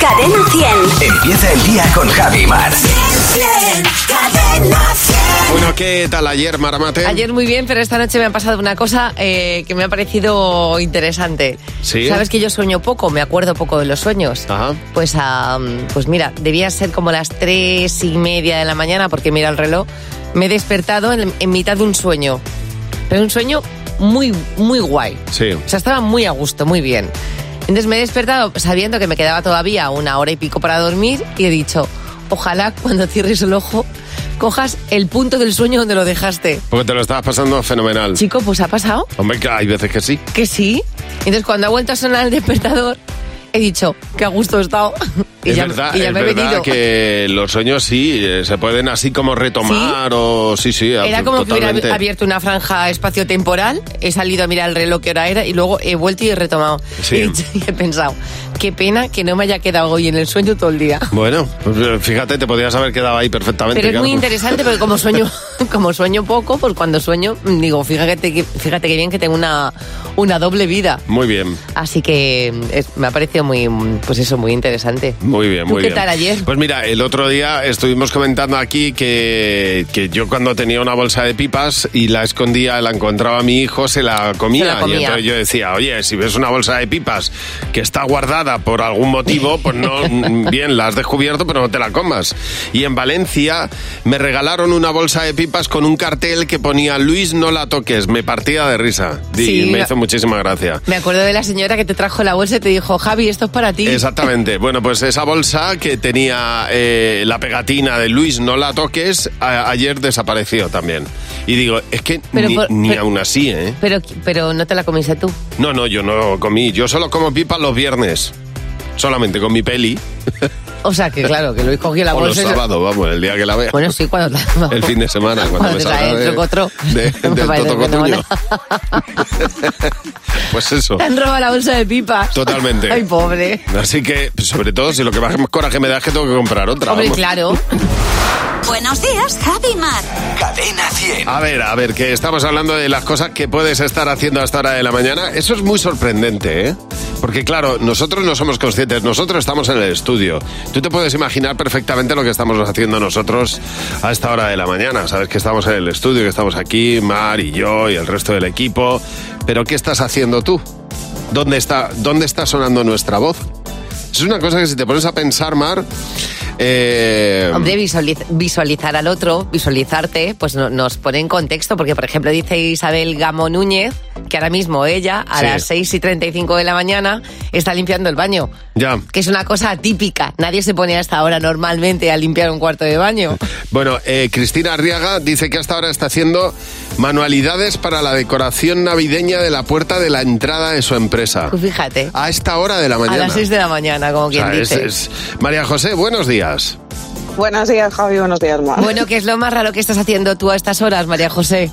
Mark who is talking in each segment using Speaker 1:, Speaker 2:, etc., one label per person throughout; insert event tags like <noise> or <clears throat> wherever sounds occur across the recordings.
Speaker 1: Cadena 100.
Speaker 2: Empieza el día con Javi Mar.
Speaker 1: Cadena 100.
Speaker 3: Bueno, ¿qué tal ayer, Maramate?
Speaker 4: Ayer muy bien, pero esta noche me ha pasado una cosa eh, que me ha parecido interesante.
Speaker 3: Sí.
Speaker 4: Sabes que yo sueño poco, me acuerdo poco de los sueños.
Speaker 3: Ajá.
Speaker 4: Pues, ah, pues mira, debía ser como las tres y media de la mañana, porque mira el reloj, me he despertado en, en mitad de un sueño. Pero un sueño muy, muy guay.
Speaker 3: Sí.
Speaker 4: O sea, estaba muy a gusto, muy bien. Entonces me he despertado sabiendo que me quedaba todavía una hora y pico para dormir y he dicho, ojalá cuando cierres el ojo cojas el punto del sueño donde lo dejaste.
Speaker 3: Porque te lo estabas pasando fenomenal.
Speaker 4: Chico, pues ha pasado
Speaker 3: Hombre, que hay veces que sí.
Speaker 4: que sí. Entonces, cuando ha vuelto a sonar el despertador, he dicho que a gusto he estado. y
Speaker 3: <laughs> es
Speaker 4: ya,
Speaker 3: verdad,
Speaker 4: y ya
Speaker 3: es
Speaker 4: me he
Speaker 3: verdad
Speaker 4: venido.
Speaker 3: que los sueños sí eh, se pueden así como retomar o sí, sí.
Speaker 4: Era como que
Speaker 3: totalmente.
Speaker 4: hubiera abierto una franja espacio-temporal, he salido a mirar el reloj que hora era y luego he vuelto y he retomado. <laughs>
Speaker 3: Sí.
Speaker 4: Y he dicho- y he pensado, qué pena que no me haya quedado hoy en el sueño todo el día.
Speaker 3: Bueno, pues, eh, fíjate, te podrías haber quedado ahí perfectamente.
Speaker 4: Pero es
Speaker 3: claro.
Speaker 4: muy interesante porque como
Speaker 3: <laughs>
Speaker 4: sueño, como sueño poco, pues cuando sueño, digo, fíjate que, fíjate que bien que tengo una, una doble vida.
Speaker 3: Muy bien.
Speaker 4: Así que mm, es- me ha parecido muy, pues eso, muy interesante.
Speaker 3: Muy bien,
Speaker 4: ¿Tú
Speaker 3: muy
Speaker 4: qué
Speaker 3: bien.
Speaker 4: tal ayer?
Speaker 3: Pues mira, el otro día estuvimos comentando aquí que, que yo cuando tenía una bolsa de pipas y la escondía, la encontraba mi hijo, se la comía.
Speaker 4: Se la comía.
Speaker 3: Y entonces yo decía, oye, si ves una bolsa de pipas que está guardada por algún motivo,
Speaker 4: <laughs>
Speaker 3: pues no, mm, bien, la has descubierto, pero no te la comas. Y en Valencia me regalaron una bolsa de pipas con un cartel que ponía, Luis, no la toques. Me partía de risa. Y
Speaker 4: Sí,
Speaker 3: me
Speaker 4: la-
Speaker 3: hizo muchísima gracia.
Speaker 4: Me acuerdo de la señora que te trajo la bolsa y te dijo, Javi, esto es para ti.
Speaker 3: Exactamente. Bueno, pues esa bolsa que tenía eh, la pegatina de Luis no la toques, a- ayer desapareció también. Y digo, es que
Speaker 4: Pero
Speaker 3: ni,
Speaker 4: por-
Speaker 3: ni
Speaker 4: pero-
Speaker 3: aún así, ¿eh?
Speaker 4: Pero, pero no te la comiste tú.
Speaker 3: No, no, yo no comí. Yo solo como pipas los viernes. Solamente con mi peli.
Speaker 4: O sea, que claro, que Luis cogió la
Speaker 3: o los
Speaker 4: bolsa. y se-
Speaker 3: sábados, vamos, el día que la vea.
Speaker 4: Bueno, sí, cuando te-
Speaker 3: El fin de semana, cuando me
Speaker 4: te
Speaker 3: salga
Speaker 4: trae
Speaker 3: de-
Speaker 4: el trocotro. <laughs>
Speaker 3: de- del
Speaker 4: Me parece
Speaker 3: totocotuño.
Speaker 4: fenomenal.
Speaker 3: <laughs> pues eso.
Speaker 4: Te han robado la bolsa de pipas.
Speaker 3: Totalmente. Em.
Speaker 4: Ay, pobre.
Speaker 3: Así que, sobre todo, si lo que más coraje me da es que tengo que comprar otra.
Speaker 4: Hombre,
Speaker 3: vamos.
Speaker 4: claro.
Speaker 1: <laughs> Buenos días, Javi Mar.
Speaker 2: Cadena 100.
Speaker 3: A ver, a ver, que estamos hablando de las cosas que puedes estar haciendo hasta hora de la mañana. Eso es muy sorprendente, ¿eh? Porque claro, nosotros no somos conscientes, nosotros estamos en el estudio. Tú te puedes imaginar perfectamente lo que estamos haciendo nosotros a esta hora de la mañana. Sabes que estamos en el estudio, que estamos aquí, Mar y yo y el resto del equipo. Pero ¿qué estás haciendo tú? ¿Dónde está, dónde está sonando nuestra voz? Es una cosa que si te pones a pensar, Mar... eh,
Speaker 4: Hombre, visualiz- visualizar al otro, visualizarte, pues no- nos pone en contexto, porque por ejemplo dice Isabel Gamo Núñez que ahora mismo ella, a
Speaker 3: Sí.
Speaker 4: las 6 y 35 de la mañana, está limpiando el baño.
Speaker 3: Ya.
Speaker 4: Que es una cosa típica. Nadie se pone hasta ahora normalmente a limpiar un cuarto de baño.
Speaker 3: Bueno, eh, Cristina Arriaga dice que hasta ahora está haciendo manualidades para la decoración navideña de la puerta de la entrada de su empresa.
Speaker 4: Pues fíjate,
Speaker 3: A esta hora de la
Speaker 4: a
Speaker 3: mañana.
Speaker 4: las 6 de la mañana, como
Speaker 3: O
Speaker 4: quien
Speaker 3: sea, es-
Speaker 4: dice.
Speaker 3: es- María José, buenos días.
Speaker 5: Buenos días, Javi. Buenos días, Mar.
Speaker 4: Bueno, ¿qué es lo más raro que estás haciendo tú a estas horas, María José?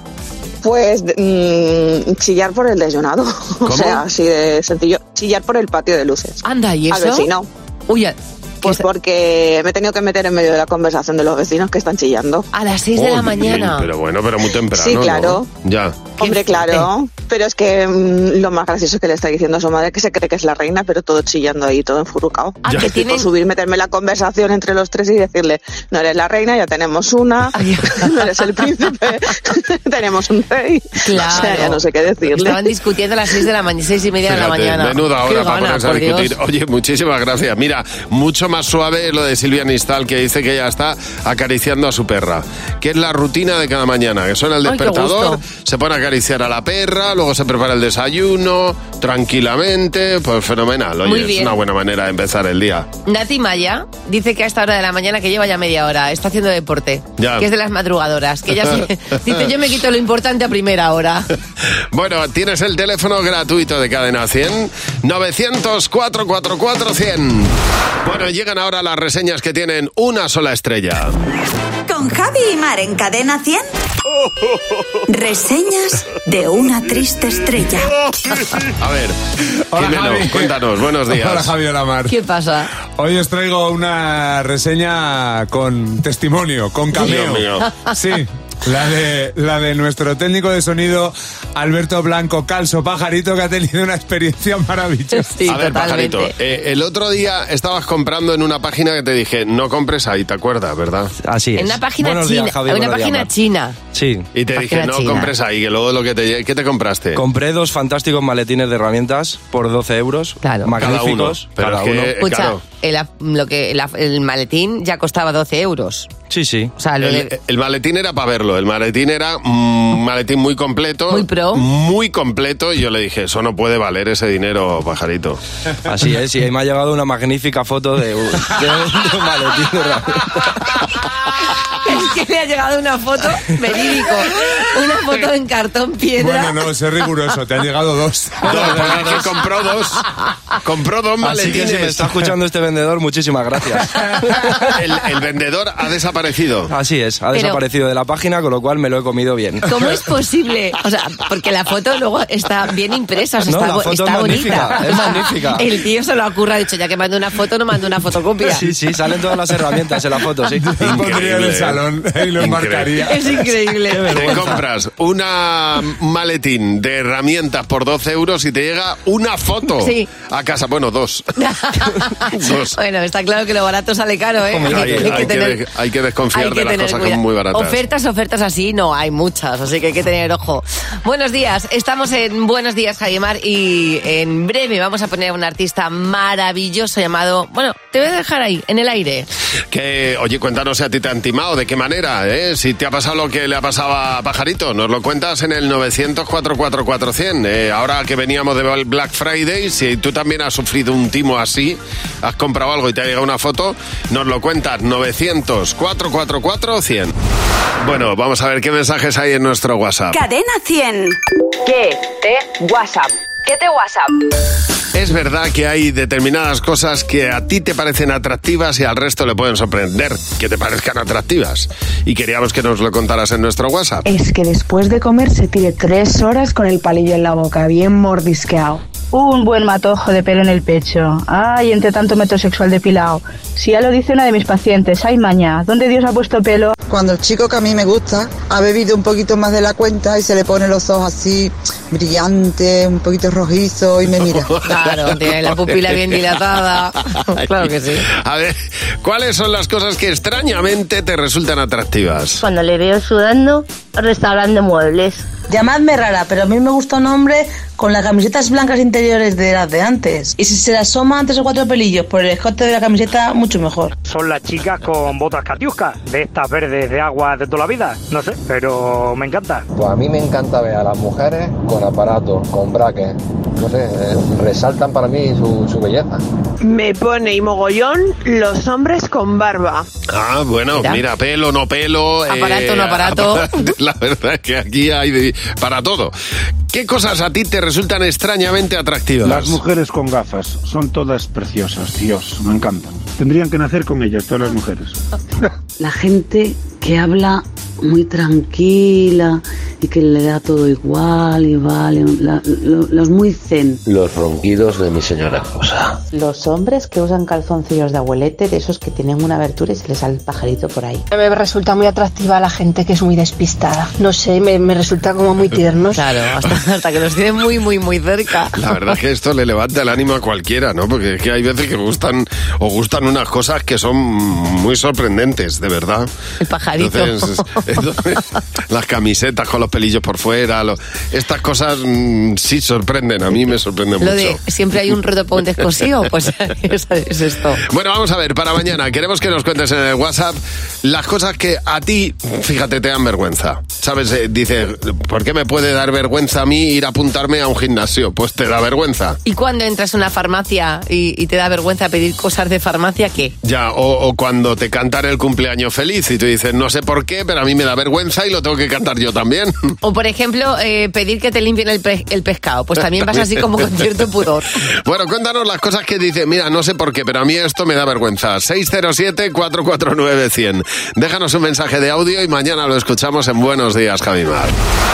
Speaker 5: Pues mm, chillar por el desayunado. <laughs>
Speaker 3: ¿Cómo?
Speaker 5: O sea, así de sencillo. Chillar por el patio de luces.
Speaker 4: Anda, ¿y
Speaker 5: Al
Speaker 4: eso?
Speaker 5: vecino.
Speaker 4: Uy, a,
Speaker 5: Pues
Speaker 4: que-
Speaker 5: porque me he tenido que meter en medio de la conversación de los vecinos que están chillando.
Speaker 4: a las 6 de la
Speaker 3: Joder,
Speaker 4: mañana.
Speaker 3: Oh, Pero bueno, pero muy temprano.
Speaker 5: Sí, claro.
Speaker 3: ¿no? Ya.
Speaker 5: Hombre, claro. Pero es que mm, lo más gracioso es que le está diciendo a su madre que se cree que es la reina, pero todo chillando ahí, todo enfurucado.
Speaker 4: Ah,
Speaker 3: Ya.
Speaker 4: que
Speaker 5: Estoy
Speaker 4: tienen-
Speaker 5: por subir, meterme en la conversación entre los tres y decirle, no eres la reina, ya tenemos una,
Speaker 4: Ay.
Speaker 5: <laughs> no eres el príncipe,
Speaker 6: <laughs>
Speaker 5: tenemos un rey.
Speaker 4: Claro.
Speaker 5: O sea, ya no sé qué decirle.
Speaker 4: Estaban discutiendo a las 6 de la mañana, 6 y media de la
Speaker 3: Fíjate,
Speaker 4: mañana.
Speaker 3: Menuda
Speaker 4: Qué
Speaker 3: hora para
Speaker 4: gana,
Speaker 3: ponerse a
Speaker 4: por Dios.
Speaker 3: discutir. Oye, muchísimas gracias. Mira, mucho más suave lo de Silvia Nistal, que dice que ella está acariciando a su perra. Que es la rutina de cada mañana, que suena el
Speaker 4: Ay, qué
Speaker 3: despertador,
Speaker 4: gusto.
Speaker 3: se pone a acariciar a la perra, luego se prepara el desayuno, tranquilamente, pues fenomenal. Oye,
Speaker 4: Muy
Speaker 3: es
Speaker 4: bien.
Speaker 3: una buena manera de empezar el día.
Speaker 4: Nati Maya dice que a esta hora de la mañana, que lleva ya media hora, está haciendo deporte.
Speaker 3: Ya.
Speaker 4: Que es de las madrugadoras. Que ya
Speaker 3: <laughs>
Speaker 4: se- dice, yo me quito lo importante a primera hora. <laughs>
Speaker 3: Bueno, tienes el teléfono gratuito de Cadena 100, 900-444-100. Bueno, llegan ahora las reseñas que tienen una sola estrella.
Speaker 1: Con Javi y Mar en Cadena 100. Reseñas de una triste estrella.
Speaker 3: A ver,
Speaker 7: Hola,
Speaker 3: Jimeno,
Speaker 7: Javi.
Speaker 3: cuéntanos, buenos días.
Speaker 7: Hola Javier Lamar.
Speaker 4: ¿Qué pasa?
Speaker 7: Hoy os traigo una reseña con testimonio, con
Speaker 3: Dios
Speaker 7: cameo.
Speaker 3: mío.
Speaker 7: Sí, La de, la de nuestro técnico de sonido, Alberto Blanco Calso Pajarito, que ha tenido una experiencia maravillosa.
Speaker 4: Sí,
Speaker 3: a ver,
Speaker 4: totalmente.
Speaker 3: pajarito, eh, el otro día estabas comprando en una página que te dije, no compres ahí, ¿te acuerdas, verdad?
Speaker 8: Así es.
Speaker 4: En una página
Speaker 7: Buenos
Speaker 4: china.
Speaker 7: días, Javi,
Speaker 4: en una
Speaker 7: buenos días,
Speaker 4: página
Speaker 7: Mar.
Speaker 4: china.
Speaker 8: Sí.
Speaker 3: Y te
Speaker 4: Página
Speaker 3: dije, no
Speaker 4: china.
Speaker 3: compres ahí, que luego lo que te... lle- ¿Qué te compraste?
Speaker 8: Compré dos fantásticos maletines de herramientas por 12 euros.
Speaker 4: Claro.
Speaker 3: Cada uno.
Speaker 8: Magníficos.
Speaker 3: Pero
Speaker 8: cada
Speaker 3: es que-
Speaker 8: uno.
Speaker 3: Eh,
Speaker 4: Escucha,
Speaker 3: claro.
Speaker 4: el, af- lo que, el, af- el maletín ya costaba 12 euros.
Speaker 8: Sí, sí.
Speaker 4: O sea, lo
Speaker 3: El, eh,
Speaker 4: <laughs> de-
Speaker 3: el maletín era para verlo, el maletín era
Speaker 4: <laughs>
Speaker 3: un maletín muy completo.
Speaker 4: Muy pro.
Speaker 3: Muy completo, y yo le dije, eso no puede valer ese dinero,
Speaker 8: <laughs>
Speaker 3: pajarito.
Speaker 8: Así es. Y ahí me ha llegado una magnífica foto de, de un, de un maletín de herramientas.
Speaker 4: es que le ha llegado una
Speaker 3: <laughs>
Speaker 4: foto verídico. Una foto en cartón piedra.
Speaker 7: Bueno, no, sé riguroso, te han llegado dos.
Speaker 3: Dos, porque es que compró dos. Compró dos
Speaker 8: Así que
Speaker 3: maletines.
Speaker 8: si me está escuchando este vendedor, muchísimas gracias.
Speaker 3: el, el vendedor ha desaparecido.
Speaker 8: Así es, ha
Speaker 4: Pero-
Speaker 8: desaparecido de la página, con lo cual me lo he comido bien.
Speaker 4: ¿Cómo es posible? O sea, porque la foto luego está bien impresa, o sea,
Speaker 8: No,
Speaker 4: está,
Speaker 8: la
Speaker 4: bo-
Speaker 8: foto es
Speaker 4: está
Speaker 8: magnífica,
Speaker 4: bonita.
Speaker 8: es magnífica.
Speaker 4: El tío se lo ocurra, ha dicho, ya que mando una foto, no mando una fotocopia.
Speaker 8: Sí, sí, salen todas las herramientas en la foto, sí.
Speaker 7: Lo pondría en
Speaker 3: Increíble,
Speaker 7: el
Speaker 3: ¿eh?
Speaker 7: salón y lo embarcaría.
Speaker 4: Es increíble.
Speaker 3: Te compras una un maletín de herramientas por 12 euros y te llega una foto
Speaker 4: Sí.
Speaker 3: a casa. Bueno, dos.
Speaker 4: <laughs>
Speaker 3: Dos.
Speaker 4: bueno, está claro que lo barato sale caro, ¿eh?
Speaker 3: Hombre, hay- hay que de- hay que desconfiar de las
Speaker 4: tener
Speaker 3: cosas que
Speaker 4: cuidado.
Speaker 3: son muy baratas.
Speaker 4: Ofertas, ofertas así, no, hay muchas, así que hay que tener ojo. Buenos días, estamos en Buenos Días, Javimar, y en breve vamos a poner a un artista maravilloso llamado... Bueno, te voy a dejar ahí, en el aire.
Speaker 3: Que, oye, cuéntanos si a ti te han timado, de qué manera, ¿eh? Si te ha pasado lo que le ha pasado a Pajarito, nos lo cuentas en el 900 444 eh, Ahora que veníamos de Black Friday, si tú también has sufrido un timo así, has comprado algo y te ha llegado una foto, nos lo cuentas 900 444 100 Bueno, vamos a ver qué mensajes hay en nuestro WhatsApp.
Speaker 1: Cadena 100.
Speaker 9: ¿Qué te WhatsApp? ¿Qué te WhatsApp?
Speaker 3: Es verdad que hay determinadas cosas que a ti te parecen atractivas y al resto le pueden sorprender que te parezcan atractivas. Y queríamos que nos lo contaras en nuestro WhatsApp.
Speaker 10: Es que después de comer se tire tres horas con el palillo en la boca, bien mordisqueado.
Speaker 11: Un buen matojo de pelo en el pecho. Ay, entre tanto metrosexual depilado. Si ya lo dice una de mis pacientes, ay maña, ¿dónde Dios ha puesto pelo?
Speaker 12: Cuando el chico que a mí me gusta ha bebido un poquito más de la cuenta y se le pone los ojos así brillantes, un poquito rojizo y me mira.
Speaker 4: <laughs> Claro,
Speaker 3: <laughs>
Speaker 4: tiene la pupila bien dilatada. Claro que sí.
Speaker 3: A ver, ¿cuáles son las cosas que extrañamente te resultan atractivas?
Speaker 11: Cuando le veo sudando, restaurando muebles.
Speaker 10: Llamadme rara, pero a mí me gusta un hombre con las camisetas blancas interiores de las de antes. Y si se le asoman tres o cuatro pelillos por el escote de la camiseta, mucho mejor.
Speaker 13: son las chicas con botas catiuscas, de estas verdes de agua de toda la vida. No sé, pero me encanta.
Speaker 14: Pues a mí me encanta ver a las mujeres con aparatos, con braques. No sé, eh, resaltan para mí su, su belleza.
Speaker 5: Me pone y mogollón los hombres con barba.
Speaker 3: Ah, bueno, mira,
Speaker 4: Mira.
Speaker 3: pelo, no pelo. eh,
Speaker 4: Aparato, no aparato.
Speaker 3: <laughs> La verdad es que aquí hay de- para todo. ¿Qué cosas a ti te resultan extrañamente atractivas?
Speaker 13: Las mujeres con gafas son todas preciosas, Dios, me encantan. Tendrían que nacer con ellas todas las mujeres.
Speaker 11: La gente que habla muy tranquila y que le da todo igual y vale, los muy zen.
Speaker 14: Los ronquidos de mi señora esposa.
Speaker 11: Los hombres que usan calzoncillos de abuelete, de esos que tienen una abertura y se les sale el pajarito por ahí.
Speaker 9: Me resulta muy atractiva la gente que es muy
Speaker 6: <laughs>
Speaker 9: despistada. No sé, me, me resulta como muy tiernos.
Speaker 4: Claro,
Speaker 3: <laughs>
Speaker 4: hasta, hasta que los tiene muy, muy, muy cerca.
Speaker 3: La verdad es que esto le levanta el ánimo a cualquiera, ¿no? Porque es que hay veces que gustan o gustan unas cosas que son muy sorprendentes, de verdad.
Speaker 4: El pajarito.
Speaker 3: Entonces, entonces, las camisetas con los pelillos por fuera, lo- estas cosas mm, sí sorprenden, a mí me sorprenden
Speaker 4: Lo
Speaker 3: mucho.
Speaker 4: de siempre hay un roto para un descosido, pues <laughs> eso es esto.
Speaker 3: Bueno, vamos a ver, para mañana queremos que nos cuentes en el WhatsApp las cosas que a ti, fíjate, te dan vergüenza. ¿Sabes? Eh, dices, ¿por qué me puede dar vergüenza a mí ir a apuntarme a un gimnasio? Pues te da vergüenza.
Speaker 4: ¿Y cuando entras a una farmacia y, y te da vergüenza pedir cosas de farmacia, qué?
Speaker 3: Ya, o, o cuando te cantan el cumpleaños feliz y tú dices, no sé por qué, pero a mí me da vergüenza y lo tengo que cantar yo también. <laughs>
Speaker 4: O por ejemplo, eh, pedir que te limpien el, pe- el pescado, pues también vas así
Speaker 3: <laughs>
Speaker 4: como con cierto pudor.
Speaker 3: Bueno, cuéntanos las cosas que dices, mira, no sé por qué, pero a mí esto me da vergüenza. 607-449-100. Déjanos un mensaje de audio y mañana lo escuchamos en Buenos días, Javi Mar.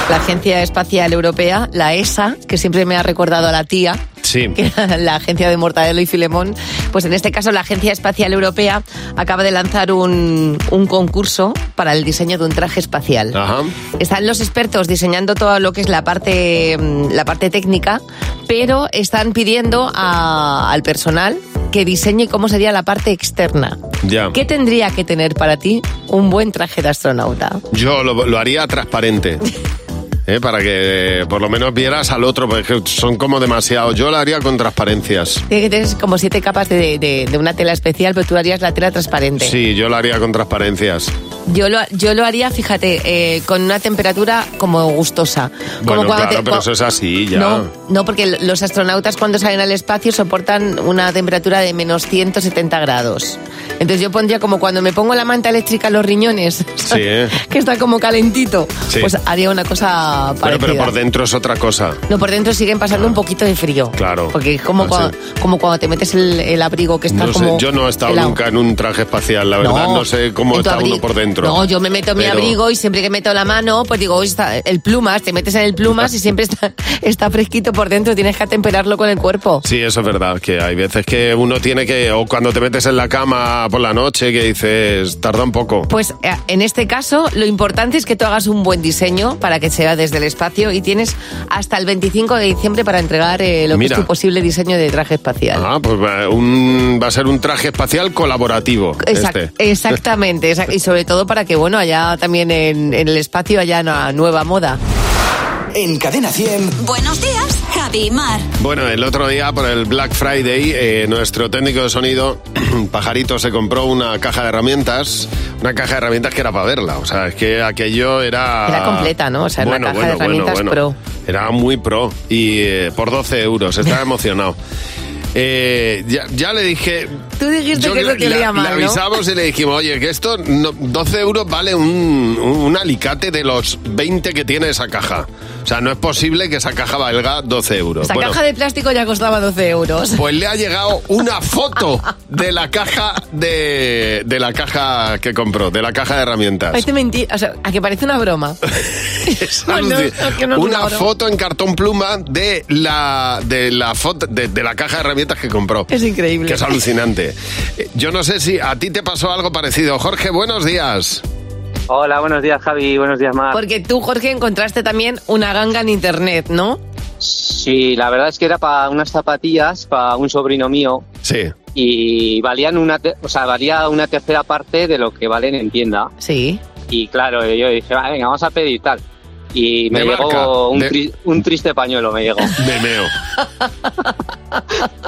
Speaker 4: La Agencia Espacial Europea, la ESA, que siempre me ha recordado a la tía,
Speaker 3: Sí.
Speaker 4: que era la agencia de Mortadelo y Filemón, pues en este caso la Agencia Espacial Europea acaba de lanzar un, un concurso para el diseño de un traje espacial.
Speaker 3: Ajá.
Speaker 4: Están los expertos diseñando todo lo que es la parte, mm, la parte técnica, pero están pidiendo a- al personal que diseñe cómo sería la parte externa.
Speaker 3: Ya.
Speaker 4: ¿Qué tendría que tener para ti un buen traje de astronauta?
Speaker 3: Yo lo, lo haría
Speaker 4: <laughs>
Speaker 3: transparente. ¿eh? Para que por lo menos vieras al otro, porque son como demasiado. Yo lo haría con transparencias.
Speaker 4: Tiene que tener como siete capas de, de- de una tela especial, pero tú harías la tela transparente.
Speaker 3: Sí, yo lo haría con transparencias.
Speaker 4: Yo lo, yo lo haría, fíjate, eh, con una temperatura como gustosa.
Speaker 3: Bueno,
Speaker 4: como cuando
Speaker 3: claro,
Speaker 4: te-
Speaker 3: pero
Speaker 4: cua-
Speaker 3: eso es así, ya.
Speaker 4: No, no, porque l- los astronautas cuando salen al espacio soportan una temperatura de menos 170 grados. Entonces yo pondría como cuando me pongo la manta eléctrica en los riñones,
Speaker 3: Sí,
Speaker 4: <laughs>
Speaker 3: ¿eh?
Speaker 4: que está como calentito,
Speaker 3: Sí.
Speaker 4: pues haría una cosa
Speaker 3: Bueno,
Speaker 4: parecida.
Speaker 3: pero por dentro es otra cosa.
Speaker 4: No, por dentro siguen pasando un poquito de frío.
Speaker 3: Claro.
Speaker 4: Porque es como,
Speaker 3: Ah,
Speaker 4: cua-
Speaker 3: sí.
Speaker 4: como cuando te metes el, el abrigo que está
Speaker 3: No sé,
Speaker 4: como...
Speaker 3: yo no he estado
Speaker 4: helado.
Speaker 3: nunca en un traje espacial, la verdad. No, sé cómo
Speaker 4: en tu
Speaker 3: está
Speaker 4: abri-
Speaker 3: uno por dentro.
Speaker 4: No, yo me meto en mi
Speaker 3: Pero-
Speaker 4: abrigo y siempre que meto la mano, pues digo, "Uy, está el plumas, te metes en el plumas y siempre está, <laughs> está fresquito por dentro, tienes que atemperarlo con el cuerpo.
Speaker 3: Sí, eso es verdad, que hay veces que uno tiene que, o cuando te metes en la cama por la noche, que dices, tarda un poco.
Speaker 4: Pues eh, en este caso, lo importante es que tú hagas un buen diseño para que sea desde el espacio y tienes hasta el 25 de diciembre para entregar eh, lo
Speaker 3: Mira.
Speaker 4: que es tu posible diseño de traje espacial.
Speaker 3: Ah, pues va, un- va a ser un traje espacial colaborativo.
Speaker 4: Exact-
Speaker 3: este. <laughs>
Speaker 4: Exactamente, exact- y sobre todo para que, bueno, allá también en, en el espacio haya una nueva moda.
Speaker 2: En Cadena 100.
Speaker 1: Buenos días, Javi y Mar.
Speaker 3: Bueno, el otro día por el Black Friday, eh, nuestro técnico de sonido, <clears throat> Pajarito, se compró una caja de herramientas, una caja de herramientas que era para verla. O sea, es que aquello era...
Speaker 4: Era completa, ¿no? O sea, era una caja de herramientas
Speaker 3: pro. Era muy pro y eh, por 12 euros,
Speaker 4: <laughs>
Speaker 3: estaba emocionado. Eh, ya, ya le dije...
Speaker 4: Tú dijiste
Speaker 3: yo
Speaker 4: que eso
Speaker 3: le-
Speaker 4: te
Speaker 3: le-
Speaker 4: olía mal,
Speaker 3: le
Speaker 4: ¿no?
Speaker 3: avisamos y le dijimos, oye, que esto, no- 12 euros vale un, un- un alicate de los 20 que tiene esa caja. O sea, no es posible que esa caja valga 12 euros.
Speaker 4: Esa
Speaker 3: Bueno,
Speaker 4: caja de plástico ya costaba 12 euros.
Speaker 3: pues le ha llegado una foto de la caja de, de la caja que compró, de la caja de herramientas.
Speaker 4: Parece menti- o sea, a que parece una
Speaker 3: <laughs>
Speaker 4: broma.
Speaker 3: Es
Speaker 4: No, no,
Speaker 3: alucin-
Speaker 4: no, que no es
Speaker 3: Ah, una
Speaker 4: una broma.
Speaker 3: foto en cartón pluma de la de la foto de, de la caja de herramientas que compró.
Speaker 4: Es increíble.
Speaker 3: Que es alucinante. Eh, Yo no sé si a ti te pasó algo parecido. Jorge, buenos días.
Speaker 15: Hola, buenos días Javi, buenos días Mar.
Speaker 4: Porque tú, Jorge, encontraste también una ganga en internet, ¿no?
Speaker 15: Sí, la verdad es que era para unas zapatillas, para un sobrino mío.
Speaker 3: Sí.
Speaker 15: Y valían una, te- o sea, valía una tercera parte de lo que valen en tienda.
Speaker 4: Sí.
Speaker 15: Y claro, yo dije, "Va, venga, vamos a pedir tal. Y me
Speaker 3: De marca,
Speaker 15: llegó un,
Speaker 3: de-
Speaker 15: tri- un triste pañuelo, me llegó.
Speaker 3: De
Speaker 4: <laughs>
Speaker 3: meo.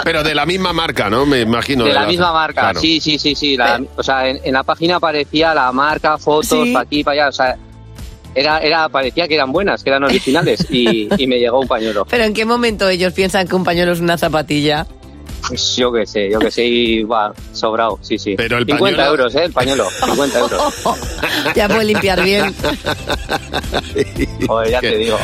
Speaker 3: Pero de la misma marca, ¿no? Me imagino.
Speaker 15: de la, misma marca,
Speaker 3: claro.
Speaker 15: sí, sí, sí, sí. la- o sea, en, en la página aparecía la marca, fotos, pa' aquí, para allá. O sea, era, era, parecía que eran buenas, que eran originales. y, y me llegó un pañuelo.
Speaker 4: Pero ¿en qué momento ellos piensan que un pañuelo es una zapatilla?
Speaker 15: Pues Yo qué sé, yo qué sé, y va, sobrado, sí, sí. Pero
Speaker 3: el
Speaker 15: 50
Speaker 3: pañuelo-
Speaker 15: euros, ¿eh? El pañuelo, 50 euros.
Speaker 3: <laughs>
Speaker 4: Ya puede limpiar bien.
Speaker 15: Joder,
Speaker 3: <laughs>
Speaker 15: ya te digo.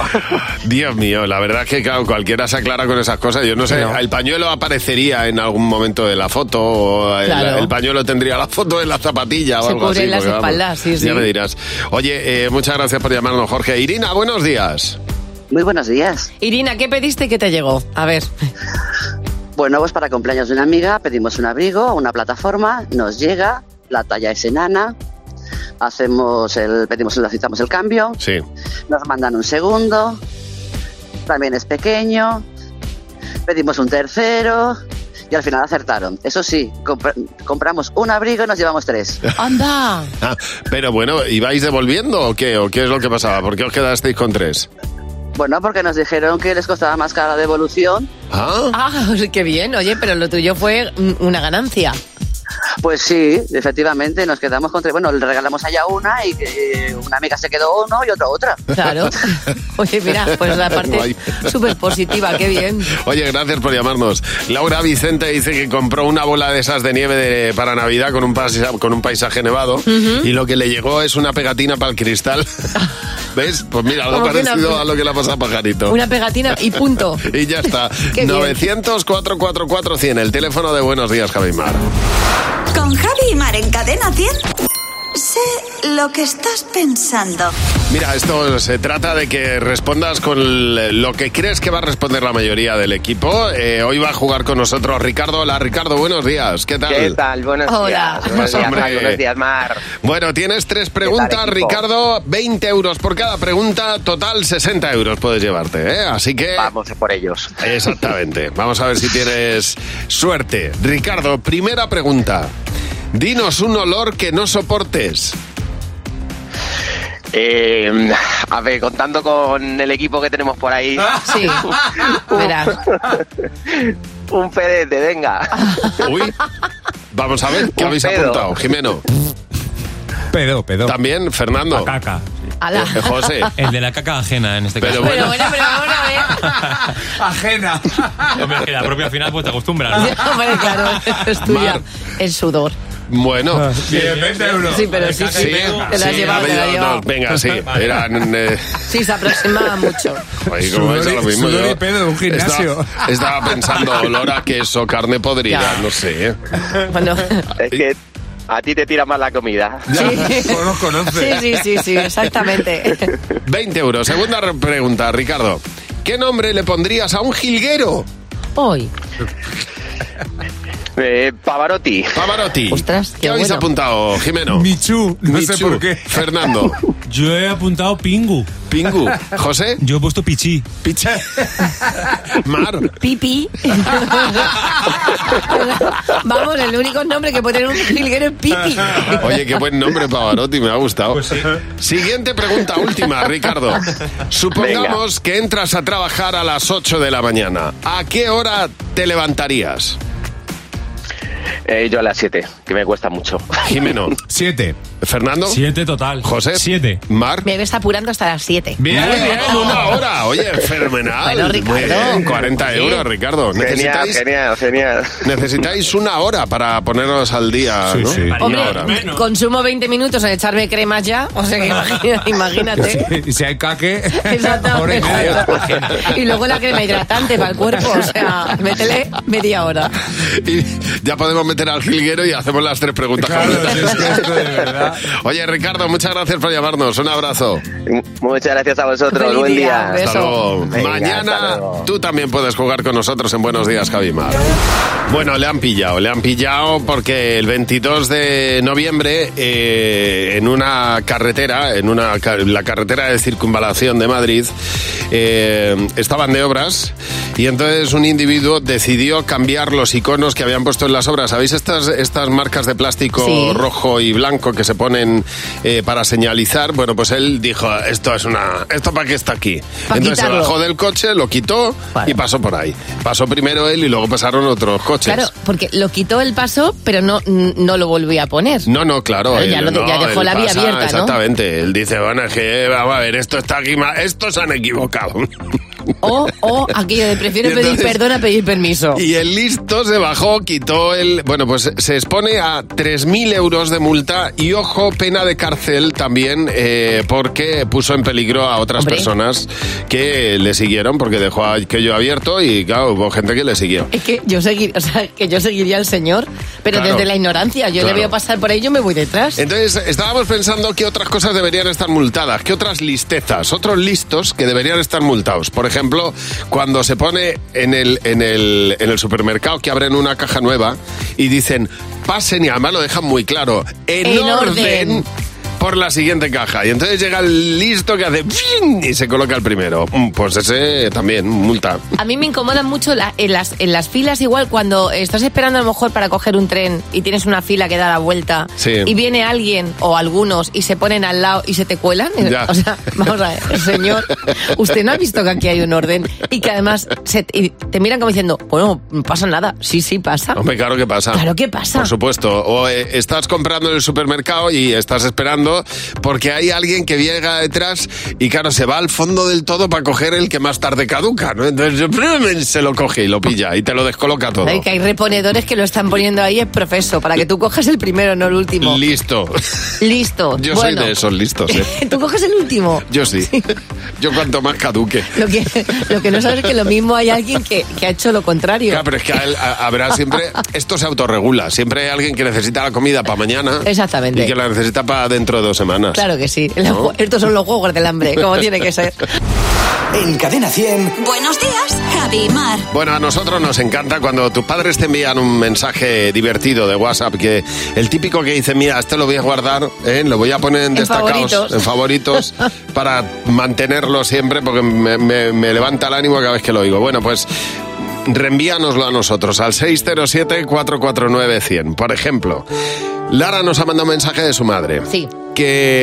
Speaker 3: Dios mío, la verdad es que, claro, cualquiera se aclara con esas cosas. Yo no sé, el pañuelo aparecería en algún momento de la foto, o el,
Speaker 4: Claro.
Speaker 3: el pañuelo tendría la foto de la zapatilla o
Speaker 4: Se
Speaker 3: algo así.
Speaker 4: cubren las
Speaker 3: porque, vamos,
Speaker 4: espaldas, sí, sí.
Speaker 3: Ya me dirás. Oye, eh, muchas gracias por llamarnos, Jorge. Irina, buenos días.
Speaker 16: Muy buenos días.
Speaker 4: Irina, ¿qué pediste que te llegó?
Speaker 3: Ah.
Speaker 4: A ver.
Speaker 16: Bueno, pues para cumpleaños de una amiga pedimos un abrigo a una plataforma, nos llega, la talla es enana, hacemos el, pedimos, le hacemos el cambio,
Speaker 3: Sí.
Speaker 16: nos mandan un segundo, también es pequeño, pedimos un tercero y al final acertaron. Eso sí, compra- compramos un abrigo y nos llevamos tres.
Speaker 4: ¡Anda!
Speaker 3: Ah, pero bueno, ¿ibais devolviendo o qué? ¿O qué es lo que pasaba? ¿Por qué os quedasteis con tres?
Speaker 16: Bueno, porque nos dijeron que les costaba más cara la devolución.
Speaker 3: Ah.
Speaker 4: Ah, qué bien. Oye, pero lo tuyo fue mm, una ganancia.
Speaker 16: Pues sí, efectivamente, nos quedamos con tres. Bueno, le regalamos allá una y que una amiga se quedó uno y otra otra. <laughs>
Speaker 4: Claro. Oye, mira, pues
Speaker 3: <laughs>
Speaker 4: la
Speaker 3: Guay.
Speaker 4: parte súper positiva, qué bien.
Speaker 3: Oye, gracias por llamarnos. Laura Vicente dice que compró una bola de esas de nieve de- para Navidad con un, pasa- con un paisaje nevado
Speaker 4: Ujú.
Speaker 3: y lo que le llegó es una pegatina para
Speaker 4: <laughs>
Speaker 3: el cristal. ¿Ves? Pues mira, algo
Speaker 4: Como que una-
Speaker 3: parecido a lo que le ha pasado a Pajarito.
Speaker 4: Una pegatina y
Speaker 3: <laughs>
Speaker 4: punto.
Speaker 3: Y ya está.
Speaker 4: <laughs> Qué bien.
Speaker 3: 900-444-100, el teléfono de Buenos Días, Javi Mar.
Speaker 1: Con Javi y Mar en Cadena 100. Sé lo que estás pensando.
Speaker 3: Mira, esto se trata de que respondas con l- lo que crees que va a responder la mayoría del equipo. Eh, hoy va a jugar con nosotros Ricardo. Hola, Ricardo, buenos días. ¿Qué tal?
Speaker 15: ¿Qué tal? Buenos
Speaker 3: Hola.
Speaker 15: días. Buenos días,
Speaker 3: Hombre.
Speaker 15: Mar. Buenos días, Mar.
Speaker 3: Bueno, tienes tres preguntas,
Speaker 15: equipo?
Speaker 3: Ricardo. 20 euros por cada pregunta, total 60 euros puedes llevarte, ¿eh? Así que... Vamos
Speaker 15: por ellos.
Speaker 3: Exactamente. Vamos a ver si tienes suerte. Ricardo, primera pregunta. Dinos un olor que no soportes.
Speaker 15: Eh, a ver, contando con el equipo que tenemos por ahí.
Speaker 17: Ah.
Speaker 4: Sí, verás. <laughs>
Speaker 15: Un pedete, venga.
Speaker 3: Uy, vamos a ver qué
Speaker 15: Un
Speaker 3: habéis
Speaker 15: Pues pedo.
Speaker 3: apuntado. Jimeno.
Speaker 7: Pedo, pedo.
Speaker 3: También, Fernando.
Speaker 17: Caca.
Speaker 4: Ala. <laughs>
Speaker 3: Eh, José.
Speaker 17: El de la caca ajena en este
Speaker 3: Pero
Speaker 17: caso.
Speaker 4: Pero bueno, pero vamos a ver.
Speaker 7: Ajena.
Speaker 17: Hombre, que la propia final pues te acostumbras.
Speaker 3: Ah.
Speaker 4: <laughs>
Speaker 17: ¿no?
Speaker 4: Hombre,
Speaker 3: <laughs>
Speaker 4: claro, es tuya. El sudor.
Speaker 17: Ah,
Speaker 3: Bueno,
Speaker 7: Bien, 20 euros.
Speaker 4: Sí, pero sí, sí, te la has llevado, te la has
Speaker 3: ha habido-
Speaker 4: llevado.
Speaker 3: no, venga, sí. Eran. eh,
Speaker 4: Sí, se aproximaba mucho.
Speaker 3: joder, ¿cómo
Speaker 7: Sudor
Speaker 3: es
Speaker 7: y-
Speaker 3: lo mismo?
Speaker 7: sudor
Speaker 3: Yo
Speaker 7: y pedo de un gimnasio.
Speaker 3: Estaba, estaba pensando olor a queso, carne podrida,
Speaker 15: Ya.
Speaker 3: no sé. ¿eh?
Speaker 4: Cuando...
Speaker 15: Es que a ti te tira más la comida.
Speaker 3: <laughs>
Speaker 4: Sí, sí, sí, sí, exactamente.
Speaker 3: 20 euros. Segunda re- pregunta, Ricardo. ¿Qué nombre le pondrías a un jilguero?
Speaker 4: Hoy.
Speaker 15: Eh, Pavarotti.
Speaker 3: Pavarotti. Ostras, ¿Qué habéis apuntado, Jimeno?
Speaker 7: Michu, no sé
Speaker 3: Michu.
Speaker 7: por qué.
Speaker 15: <laughs>
Speaker 3: Fernando.
Speaker 17: Yo he apuntado Pingu.
Speaker 3: Pingu. ¿José?
Speaker 17: Yo he puesto Pichi.
Speaker 3: Pichi. Mar. <laughs>
Speaker 4: Pipi. Vamos, el único nombre que puede tener un jilguero es Pipi.
Speaker 3: <laughs> Oye, qué buen nombre, Pavarotti, me ha gustado. Siguiente pregunta,
Speaker 14: <laughs>
Speaker 3: última, Ricardo. Supongamos que entras a trabajar a las 8 de la mañana. ¿A qué hora te levantarías?
Speaker 15: Eh, yo a las 7, que me cuesta mucho. <laughs>
Speaker 3: Jimeno.
Speaker 7: Siete.
Speaker 3: Fernando.
Speaker 17: Siete total.
Speaker 3: José.
Speaker 17: Siete.
Speaker 3: Mar.
Speaker 4: Me ves apurando hasta las 7.
Speaker 3: Bien, bien, una hora. Oye, fenomenal.
Speaker 4: Bueno, Ricardo.
Speaker 3: Muy bien, 40 euros, Ricardo.
Speaker 15: Genial,
Speaker 3: Necesitáis,
Speaker 15: genial, genial.
Speaker 3: necesitáis una hora para poneros al día.
Speaker 7: Sí,
Speaker 3: ¿no?
Speaker 7: sí.
Speaker 3: Una
Speaker 4: Hombre,
Speaker 3: hora.
Speaker 4: consumo 20 minutos en echarme cremas ya, o sea que
Speaker 3: <laughs>
Speaker 4: imagina- imagínate.
Speaker 7: Y si hay caque, hora
Speaker 4: <laughs>
Speaker 7: y
Speaker 4: Exactamente.
Speaker 7: media.
Speaker 4: Y luego la crema hidratante para el cuerpo, o sea, métele media hora.
Speaker 3: <laughs> Y ya podemos meter al jilguero y hacemos las tres preguntas. completas. <laughs> Oye, Ricardo, muchas gracias por llamarnos. Un abrazo.
Speaker 15: Muchas gracias a vosotros.
Speaker 3: Feliz
Speaker 15: Buen
Speaker 3: día,
Speaker 15: día.
Speaker 3: Hasta luego.
Speaker 15: Venga,
Speaker 3: Mañana
Speaker 15: hasta luego.
Speaker 3: tú también puedes jugar con nosotros en Buenos Días, Javimar. Bueno, le han pillado, le han pillado porque el 22 de noviembre eh, en una carretera, en una ca- la carretera de circunvalación de Madrid, eh, estaban de obras y entonces un individuo decidió cambiar los iconos que habían puesto en las obras. ¿Sabéis estas, estas marcas de plástico
Speaker 18: Sí.
Speaker 3: rojo y blanco que se ponen eh, para señalizar? Bueno, pues él dijo, esto es una... ¿Esto para qué está aquí?
Speaker 18: Pa'
Speaker 3: Entonces se
Speaker 18: quitarlo.
Speaker 3: bajó del coche, lo quitó y pasó por ahí. Pasó primero él y luego pasaron otros coches.
Speaker 4: Claro, porque lo quitó el paso, pero no, no lo volví a poner.
Speaker 3: No, no, claro.
Speaker 4: Claro, ya
Speaker 3: él-
Speaker 4: lo- ya
Speaker 3: no,
Speaker 4: dejó
Speaker 3: él
Speaker 4: la vía abierta, ¿no?
Speaker 3: Exactamente. Él dice, bueno, es que eh, vamos a ver, esto está aquí mal. Estos se han equivocado.
Speaker 4: O, o aquello de prefiero
Speaker 3: <laughs> Y
Speaker 4: pedir
Speaker 3: entonces-
Speaker 4: perdón a pedir permiso.
Speaker 3: <laughs> Y el listo se bajó, quitó el... Bueno, pues se expone a 3.000 euros de multa y, ojo, pena de cárcel también eh, porque puso en peligro a otras personas que le siguieron porque dejó aquello abierto y, claro, hubo gente que le siguió.
Speaker 4: Es que yo seguir, o sea, que yo seguiría al señor, pero
Speaker 3: Claro.
Speaker 4: desde la ignorancia. Yo
Speaker 3: Claro.
Speaker 4: le veo pasar por ahí, yo me voy detrás.
Speaker 3: Entonces, estábamos pensando qué otras cosas deberían estar multadas, qué otras listezas, otros listos que deberían estar multados. Por ejemplo, cuando se pone en el, en el, en el supermercado que abren una caja nueva y dicen, pasen y además lo dejan muy claro, en,
Speaker 4: En
Speaker 3: orden.
Speaker 4: orden.
Speaker 3: por la siguiente caja. Y entonces llega el listo que hace ¡fin! y se coloca el primero. Mm, Pues ese también, multa.
Speaker 4: A mí me incomodan mucho la- en, las, en las filas, igual cuando estás esperando a lo mejor para coger un tren y tienes una fila que da la vuelta
Speaker 3: Sí.
Speaker 4: y viene alguien o algunos y se ponen al lado y se te cuelan.
Speaker 3: Ya.
Speaker 4: O sea, vamos a
Speaker 3: <laughs>
Speaker 4: ver, señor, usted no ha visto que aquí hay un orden y que además se te, y te miran como diciendo, bueno, no pasa nada. Sí, sí, pasa.
Speaker 3: Hombre, pues claro que pasa.
Speaker 4: Claro que pasa.
Speaker 3: Por supuesto. O eh, estás comprando en el supermercado y estás esperando fondo porque hay alguien que llega detrás y claro, se va al fondo del todo para coger el que más tarde caduca, ¿no? Entonces <laughs> se lo coge y lo pilla y te lo descoloca todo.
Speaker 4: Ay, que hay reponedores que lo están poniendo ahí es profeso, para que tú cojas el primero, no el último.
Speaker 3: Listo. <laughs>
Speaker 4: Listo.
Speaker 3: Yo
Speaker 4: bueno,
Speaker 3: soy de esos listos, ¿eh?
Speaker 4: <laughs> Tú coges el último.
Speaker 3: Yo sí. Yo cuanto más caduque.
Speaker 4: Lo que, lo que no sabes es que lo mismo hay alguien que, que ha hecho lo contrario.
Speaker 3: Claro, pero es que a él- a- habrá siempre. Esto se autorregula. Siempre hay alguien que necesita la comida para mañana.
Speaker 4: Exactamente.
Speaker 3: Y que la necesita para dentro de dos semanas.
Speaker 4: Claro que sí. Los ju- Estos son los juegos del hambre, como tiene que ser.
Speaker 2: En Cadena 100.
Speaker 1: Buenos días, Javi y Mar.
Speaker 3: Bueno, a nosotros nos encanta cuando tus padres te envían un mensaje divertido de WhatsApp, que el típico que dice, mira, este lo voy a guardar, ¿eh? lo voy a poner en, destacados,
Speaker 18: favoritos.
Speaker 3: en
Speaker 4: <laughs>
Speaker 3: favoritos, para mantenerlo siempre, porque me, me- me levanta el ánimo cada vez que lo oigo. Bueno, pues reenvíanoslo a nosotros, al 607-449-100. Por ejemplo, Lara nos ha mandado un mensaje de su madre.
Speaker 4: Sí.
Speaker 3: Que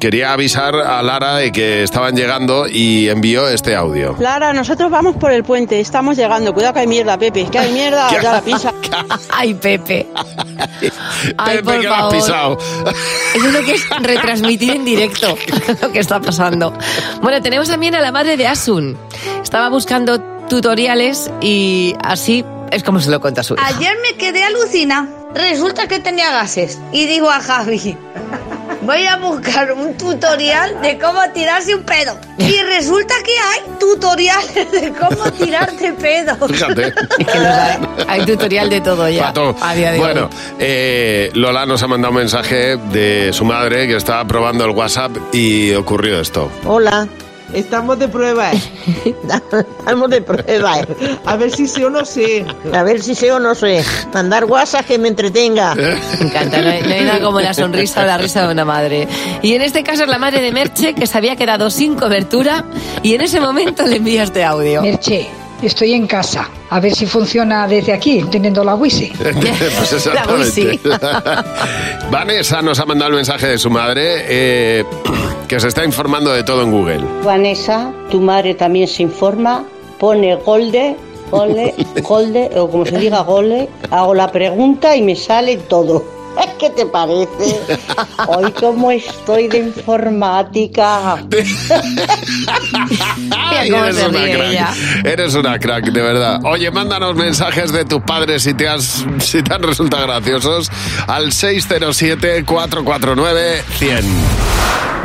Speaker 3: quería avisar a Lara de que estaban llegando y envió este audio.
Speaker 6: Lara, nosotros vamos por el puente, estamos llegando. Cuidado que hay mierda, Pepe. Que hay mierda, <laughs> ya la pisa.
Speaker 4: Ay, Pepe. Ay,
Speaker 3: Pepe,
Speaker 4: por
Speaker 3: que la has
Speaker 4: favor.
Speaker 3: pisado.
Speaker 4: Eso es lo que es retransmitir en directo <laughs> lo que está pasando. Bueno, tenemos también a la madre de Asun. Estaba buscando tutoriales y así es como se lo cuenta su hija.
Speaker 19: Ayer me quedé alucina. Resulta que tenía gases. Y digo a Javi, voy a buscar un tutorial de cómo tirarse un pedo. Y resulta que hay tutoriales de cómo tirarte pedo.
Speaker 3: Fíjate.
Speaker 4: Hay tutorial de todo ya.
Speaker 3: Pato.
Speaker 4: <laughs> A día de hoy.
Speaker 3: Bueno, eh, Lola nos ha mandado un mensaje de su madre que estaba probando el WhatsApp y ocurrió
Speaker 4: <laughs>
Speaker 3: esto. <laughs>
Speaker 20: Hola, estamos de prueba. ¿eh? <laughs> estamos de prueba. ¿eh? A ver si sé o no sé. A ver si sé o no sé. Mandar guasas que me entretenga.
Speaker 4: <laughs> Me encanta, no hay, no hay nada como la sonrisa o la risa de una madre. Y en este caso es la madre de Merche, que se había quedado sin cobertura, y en ese momento le envía este audio.
Speaker 21: Merche, estoy en casa. A ver si funciona desde aquí, teniendo la wifi.
Speaker 3: Pues
Speaker 21: La
Speaker 3: exactamente.
Speaker 4: <laughs>
Speaker 21: wifi.
Speaker 3: Vanessa nos ha mandado el mensaje de su madre eh, que se está informando de todo en Google.
Speaker 22: Vanessa, tu madre también se informa, pone golde,
Speaker 3: <laughs>
Speaker 22: golde, golde, o como se diga golde, hago la pregunta y me sale todo. <laughs> ¿Qué te
Speaker 3: <laughs>
Speaker 22: parece? Hoy cómo estoy de informática. <laughs>
Speaker 3: Ay, eres una crack. Eres una crack, de verdad. Oye, mándanos mensajes de tus padres si te, has, <laughs> si te han resultado graciosos al 607-449-100.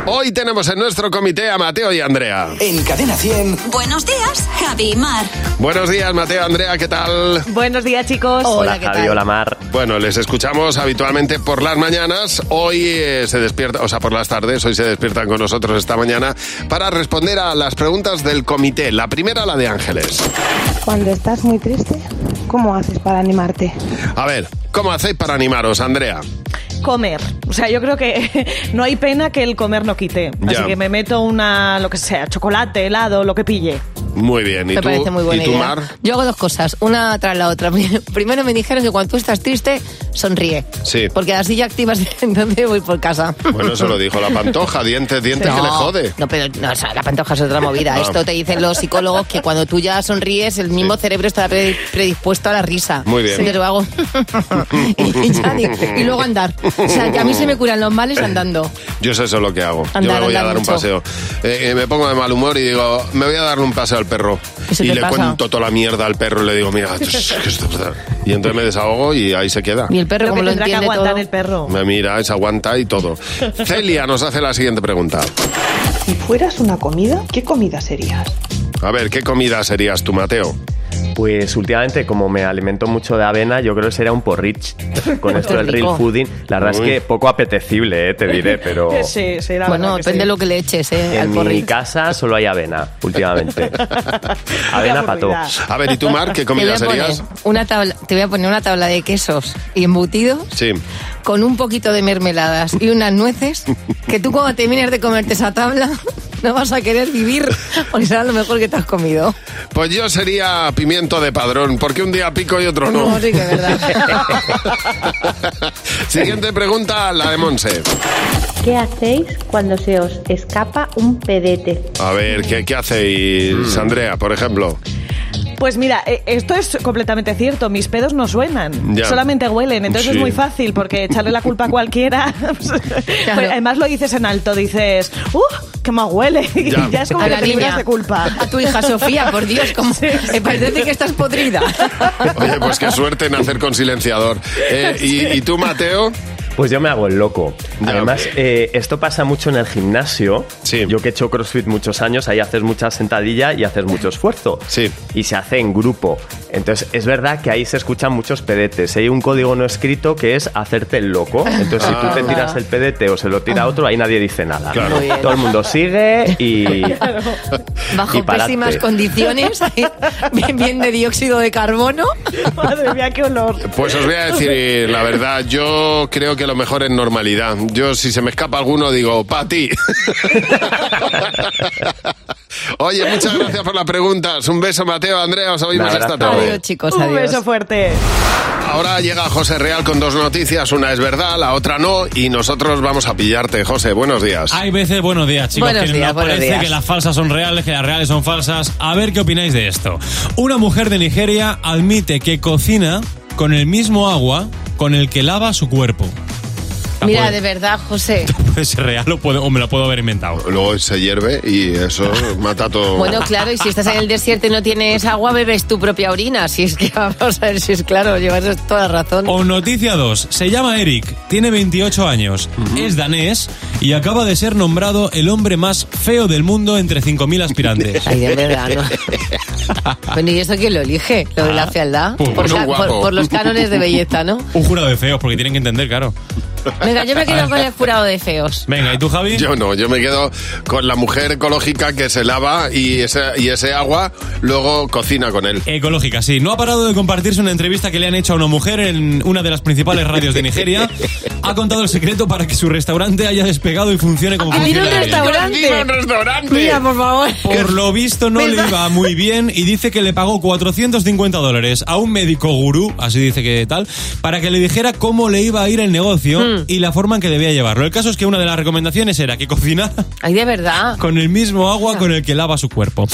Speaker 3: Hoy tenemos en nuestro comité a Mateo y Andrea.
Speaker 2: En Cadena 100.
Speaker 1: Buenos días, Javi y Mar.
Speaker 3: Buenos días, Mateo, Andrea, ¿qué tal?
Speaker 23: Buenos días, chicos.
Speaker 3: Mar. Bueno, les escuchamos habitualmente por las mañanas. Hoy eh, se despierta, o sea, por las tardes, hoy se despiertan con nosotros esta mañana para responder a las preguntas del comité. La primera, la de Ángeles.
Speaker 24: Cuando estás muy triste, ¿cómo haces para animarte?
Speaker 3: A ver, ¿cómo hacéis para animaros, Andrea?
Speaker 23: Comer. O sea, yo creo que <laughs> no hay pena que el comer no quite.
Speaker 3: Ya.
Speaker 23: Así que me meto una, lo que sea, chocolate, helado, lo que pille.
Speaker 3: Muy bien. ¿Y
Speaker 23: Me
Speaker 3: tú,
Speaker 23: parece muy
Speaker 3: ¿y
Speaker 23: buena
Speaker 3: tú,
Speaker 23: idea.
Speaker 3: Mar?
Speaker 4: Yo hago dos cosas, una tras la otra. <laughs> Primero me dijeron que cuando tú estás triste, sonríe.
Speaker 3: Sí.
Speaker 4: Porque así ya activas, <laughs> entonces voy por casa.
Speaker 3: Bueno, se lo dijo la pantoja, dientes, dientes que le jode.
Speaker 4: No, pero no, o sea, la pantoja es otra movida.
Speaker 3: Ah.
Speaker 4: Esto te dicen los psicólogos que cuando tú ya sonríes, el mismo cerebro está pre- predispuesto a la risa.
Speaker 3: Muy bien.
Speaker 4: Entonces lo
Speaker 3: <laughs>
Speaker 4: hago. <laughs> y, ya digo, y luego andar. O sea, que a mí se me curan los males andando.
Speaker 3: Yo sé eso es lo que hago. Yo
Speaker 4: Andar,
Speaker 3: me voy a
Speaker 4: andar
Speaker 3: dar un
Speaker 4: mucho.
Speaker 3: paseo. Eh, eh, me pongo de mal humor y digo, me voy a darle un paseo al perro.
Speaker 4: ¿Eso
Speaker 3: Y
Speaker 4: qué
Speaker 3: le
Speaker 4: pasa?
Speaker 3: cuento toda la mierda al perro y le digo,
Speaker 4: Ah,
Speaker 3: mira, y entonces me desahogo y ahí
Speaker 23: <laughs>
Speaker 3: se queda.
Speaker 4: Y el
Speaker 23: Lo
Speaker 4: perro,
Speaker 23: que
Speaker 4: como lo
Speaker 23: tendrá que
Speaker 4: entiende
Speaker 23: aguantar
Speaker 4: todo.
Speaker 23: el perro.
Speaker 3: Me mira, se aguanta y todo. Celia nos hace la siguiente pregunta.
Speaker 24: Si fueras una comida, ¿qué comida serías?
Speaker 3: A ver, ¿qué comida serías tú, Mateo?
Speaker 25: Pues últimamente, como me alimento mucho de avena, yo creo que será un porridge. Con esto
Speaker 4: Qué
Speaker 25: del real
Speaker 4: rico.
Speaker 25: fooding, la verdad
Speaker 4: Uy.
Speaker 25: es que poco apetecible, eh, te
Speaker 4: <laughs>
Speaker 25: diré, pero
Speaker 23: Sí, sí, la
Speaker 4: Bueno,
Speaker 23: verdad que
Speaker 4: depende de
Speaker 23: sí.
Speaker 4: lo que le eches, ¿eh? Al
Speaker 25: en mi
Speaker 4: porrito.
Speaker 25: casa solo hay avena
Speaker 4: <laughs>
Speaker 25: últimamente. avena para todo.
Speaker 3: A ver, ¿y tú, Mar, qué
Speaker 4: Te voy
Speaker 25: comida
Speaker 4: a poner
Speaker 25: serías?
Speaker 4: Una tabla, te voy a poner una tabla de quesos y embutidos
Speaker 3: Sí.
Speaker 4: con un poquito de mermeladas y unas nueces, que tú cuando termines de comerte esa tabla <laughs> no vas a querer vivir, porque será lo mejor que te has comido.
Speaker 3: Pues yo sería pimiento de padrón, porque un día pico y otro no.
Speaker 4: No, sí que es verdad.
Speaker 3: <laughs> Siguiente pregunta, la de Monse.
Speaker 26: ¿Qué hacéis cuando se os escapa un pedete?
Speaker 3: A ver, ¿qué, qué hacéis, Andrea, por ejemplo?
Speaker 23: Pues mira, eh, esto es completamente cierto. Mis pedos no suenan,
Speaker 5: Ya.
Speaker 23: solamente huelen. Entonces
Speaker 5: Sí.
Speaker 23: es muy fácil porque echarle la culpa a cualquiera. <laughs> Pero además lo dices en alto, dices, ¡uh! ¡Qué más huele! <laughs> Y
Speaker 4: Ya.
Speaker 23: Ya, es como
Speaker 4: A
Speaker 23: que
Speaker 4: la
Speaker 23: te libras
Speaker 4: niña.
Speaker 23: de culpa.
Speaker 4: A tu hija Sofía, por Dios, como me parece que estás podrida.
Speaker 3: Oye, pues qué suerte en hacer con silenciador. Eh, y, y tú, Mateo?
Speaker 25: Pues yo me hago el loco.
Speaker 5: Ah,
Speaker 25: Además, eh, esto pasa mucho en el gimnasio. Yo que he hecho CrossFit muchos años, ahí haces mucha sentadilla y haces mucho esfuerzo. Y se hace en grupo. Entonces, es verdad que ahí se escuchan muchos pedetes. Hay un código no escrito que es hacerte el loco. Entonces, si tú te
Speaker 5: Ah.
Speaker 25: tiras el pedete o se lo tira otro, ahí nadie dice nada.
Speaker 5: Claro. Muy bien.
Speaker 25: Todo el mundo sigue <laughs> y...
Speaker 4: <laughs> Bajo
Speaker 25: Y parate.
Speaker 4: pésimas condiciones, <laughs> bien, bien de dióxido de carbono.
Speaker 23: <laughs> Madre mía, qué olor.
Speaker 3: Pues os voy a decir la verdad, yo creo que lo mejor es normalidad. Yo si se me escapa alguno digo, Pati. <laughs> Oye, muchas gracias por las preguntas. Un beso, Mateo, Andrea, os oímos esta tarde.
Speaker 4: Adiós, chicos,
Speaker 23: Un
Speaker 4: adiós.
Speaker 23: beso fuerte.
Speaker 3: Ahora llega José Real con dos noticias, una es verdad, la otra no, y nosotros vamos a pillarte, José. Buenos días.
Speaker 17: Hay veces, buenos días, chicos,
Speaker 3: Buenos
Speaker 17: que
Speaker 3: días,
Speaker 17: nos
Speaker 3: buenos
Speaker 17: parece
Speaker 3: días.
Speaker 17: que las falsas son reales, que las reales son falsas. A ver qué opináis de esto. Una mujer de Nigeria admite que cocina con el mismo agua con el que lava su cuerpo.
Speaker 4: Mira, de verdad, José.
Speaker 17: Puede ser real o, puede- o me lo puedo haber inventado.
Speaker 3: Luego se hierve y eso mata todo.
Speaker 4: Bueno, claro,
Speaker 17: <laughs>
Speaker 4: y si estás en el desierto y no tienes agua, bebes tu propia orina. Si es que <laughs> vamos a ver si es claro, llevas toda razón.
Speaker 17: O noticia 2. Se llama Eric, tiene 28 años, es danés y acaba de ser nombrado el hombre más feo del mundo entre 5.000 aspirantes.
Speaker 4: Ay, de verdad, Bueno, ¿y eso quién lo elige? Lo de la fealdad.
Speaker 17: Pues
Speaker 4: por,
Speaker 17: bueno,
Speaker 4: ca-
Speaker 17: guapo.
Speaker 4: por- por los cánones de belleza, ¿no?
Speaker 17: Un jurado de feos, porque tienen que entender, claro.
Speaker 4: Venga, yo me quedo con el jurado de feos.
Speaker 17: Venga, ¿y tú, Javi?
Speaker 3: Yo no, yo me quedo con la mujer ecológica que se lava y ese, y ese agua luego cocina con él.
Speaker 17: Eh, Ecológica, sí. No ha parado de compartirse una entrevista que le han hecho a una mujer en una de las principales radios de Nigeria. Ha contado el secreto para que su restaurante haya despegado y funcione como
Speaker 5: ¡Ah,
Speaker 17: funciona.
Speaker 5: tiene un
Speaker 17: hoy en día.
Speaker 5: restaurante! ¡Tiene un restaurante! Mira, por
Speaker 4: favor.
Speaker 17: Por lo visto no le iba muy bien y dice que le pagó 450 dólares a un médico gurú, así dice que tal, para que le dijera cómo le iba a ir el negocio
Speaker 4: Hmm.
Speaker 17: y la forma en que debía llevarlo. El caso es que una de las recomendaciones era que cocinara
Speaker 4: Ay, de verdad.
Speaker 17: con el mismo agua con el que lava su cuerpo.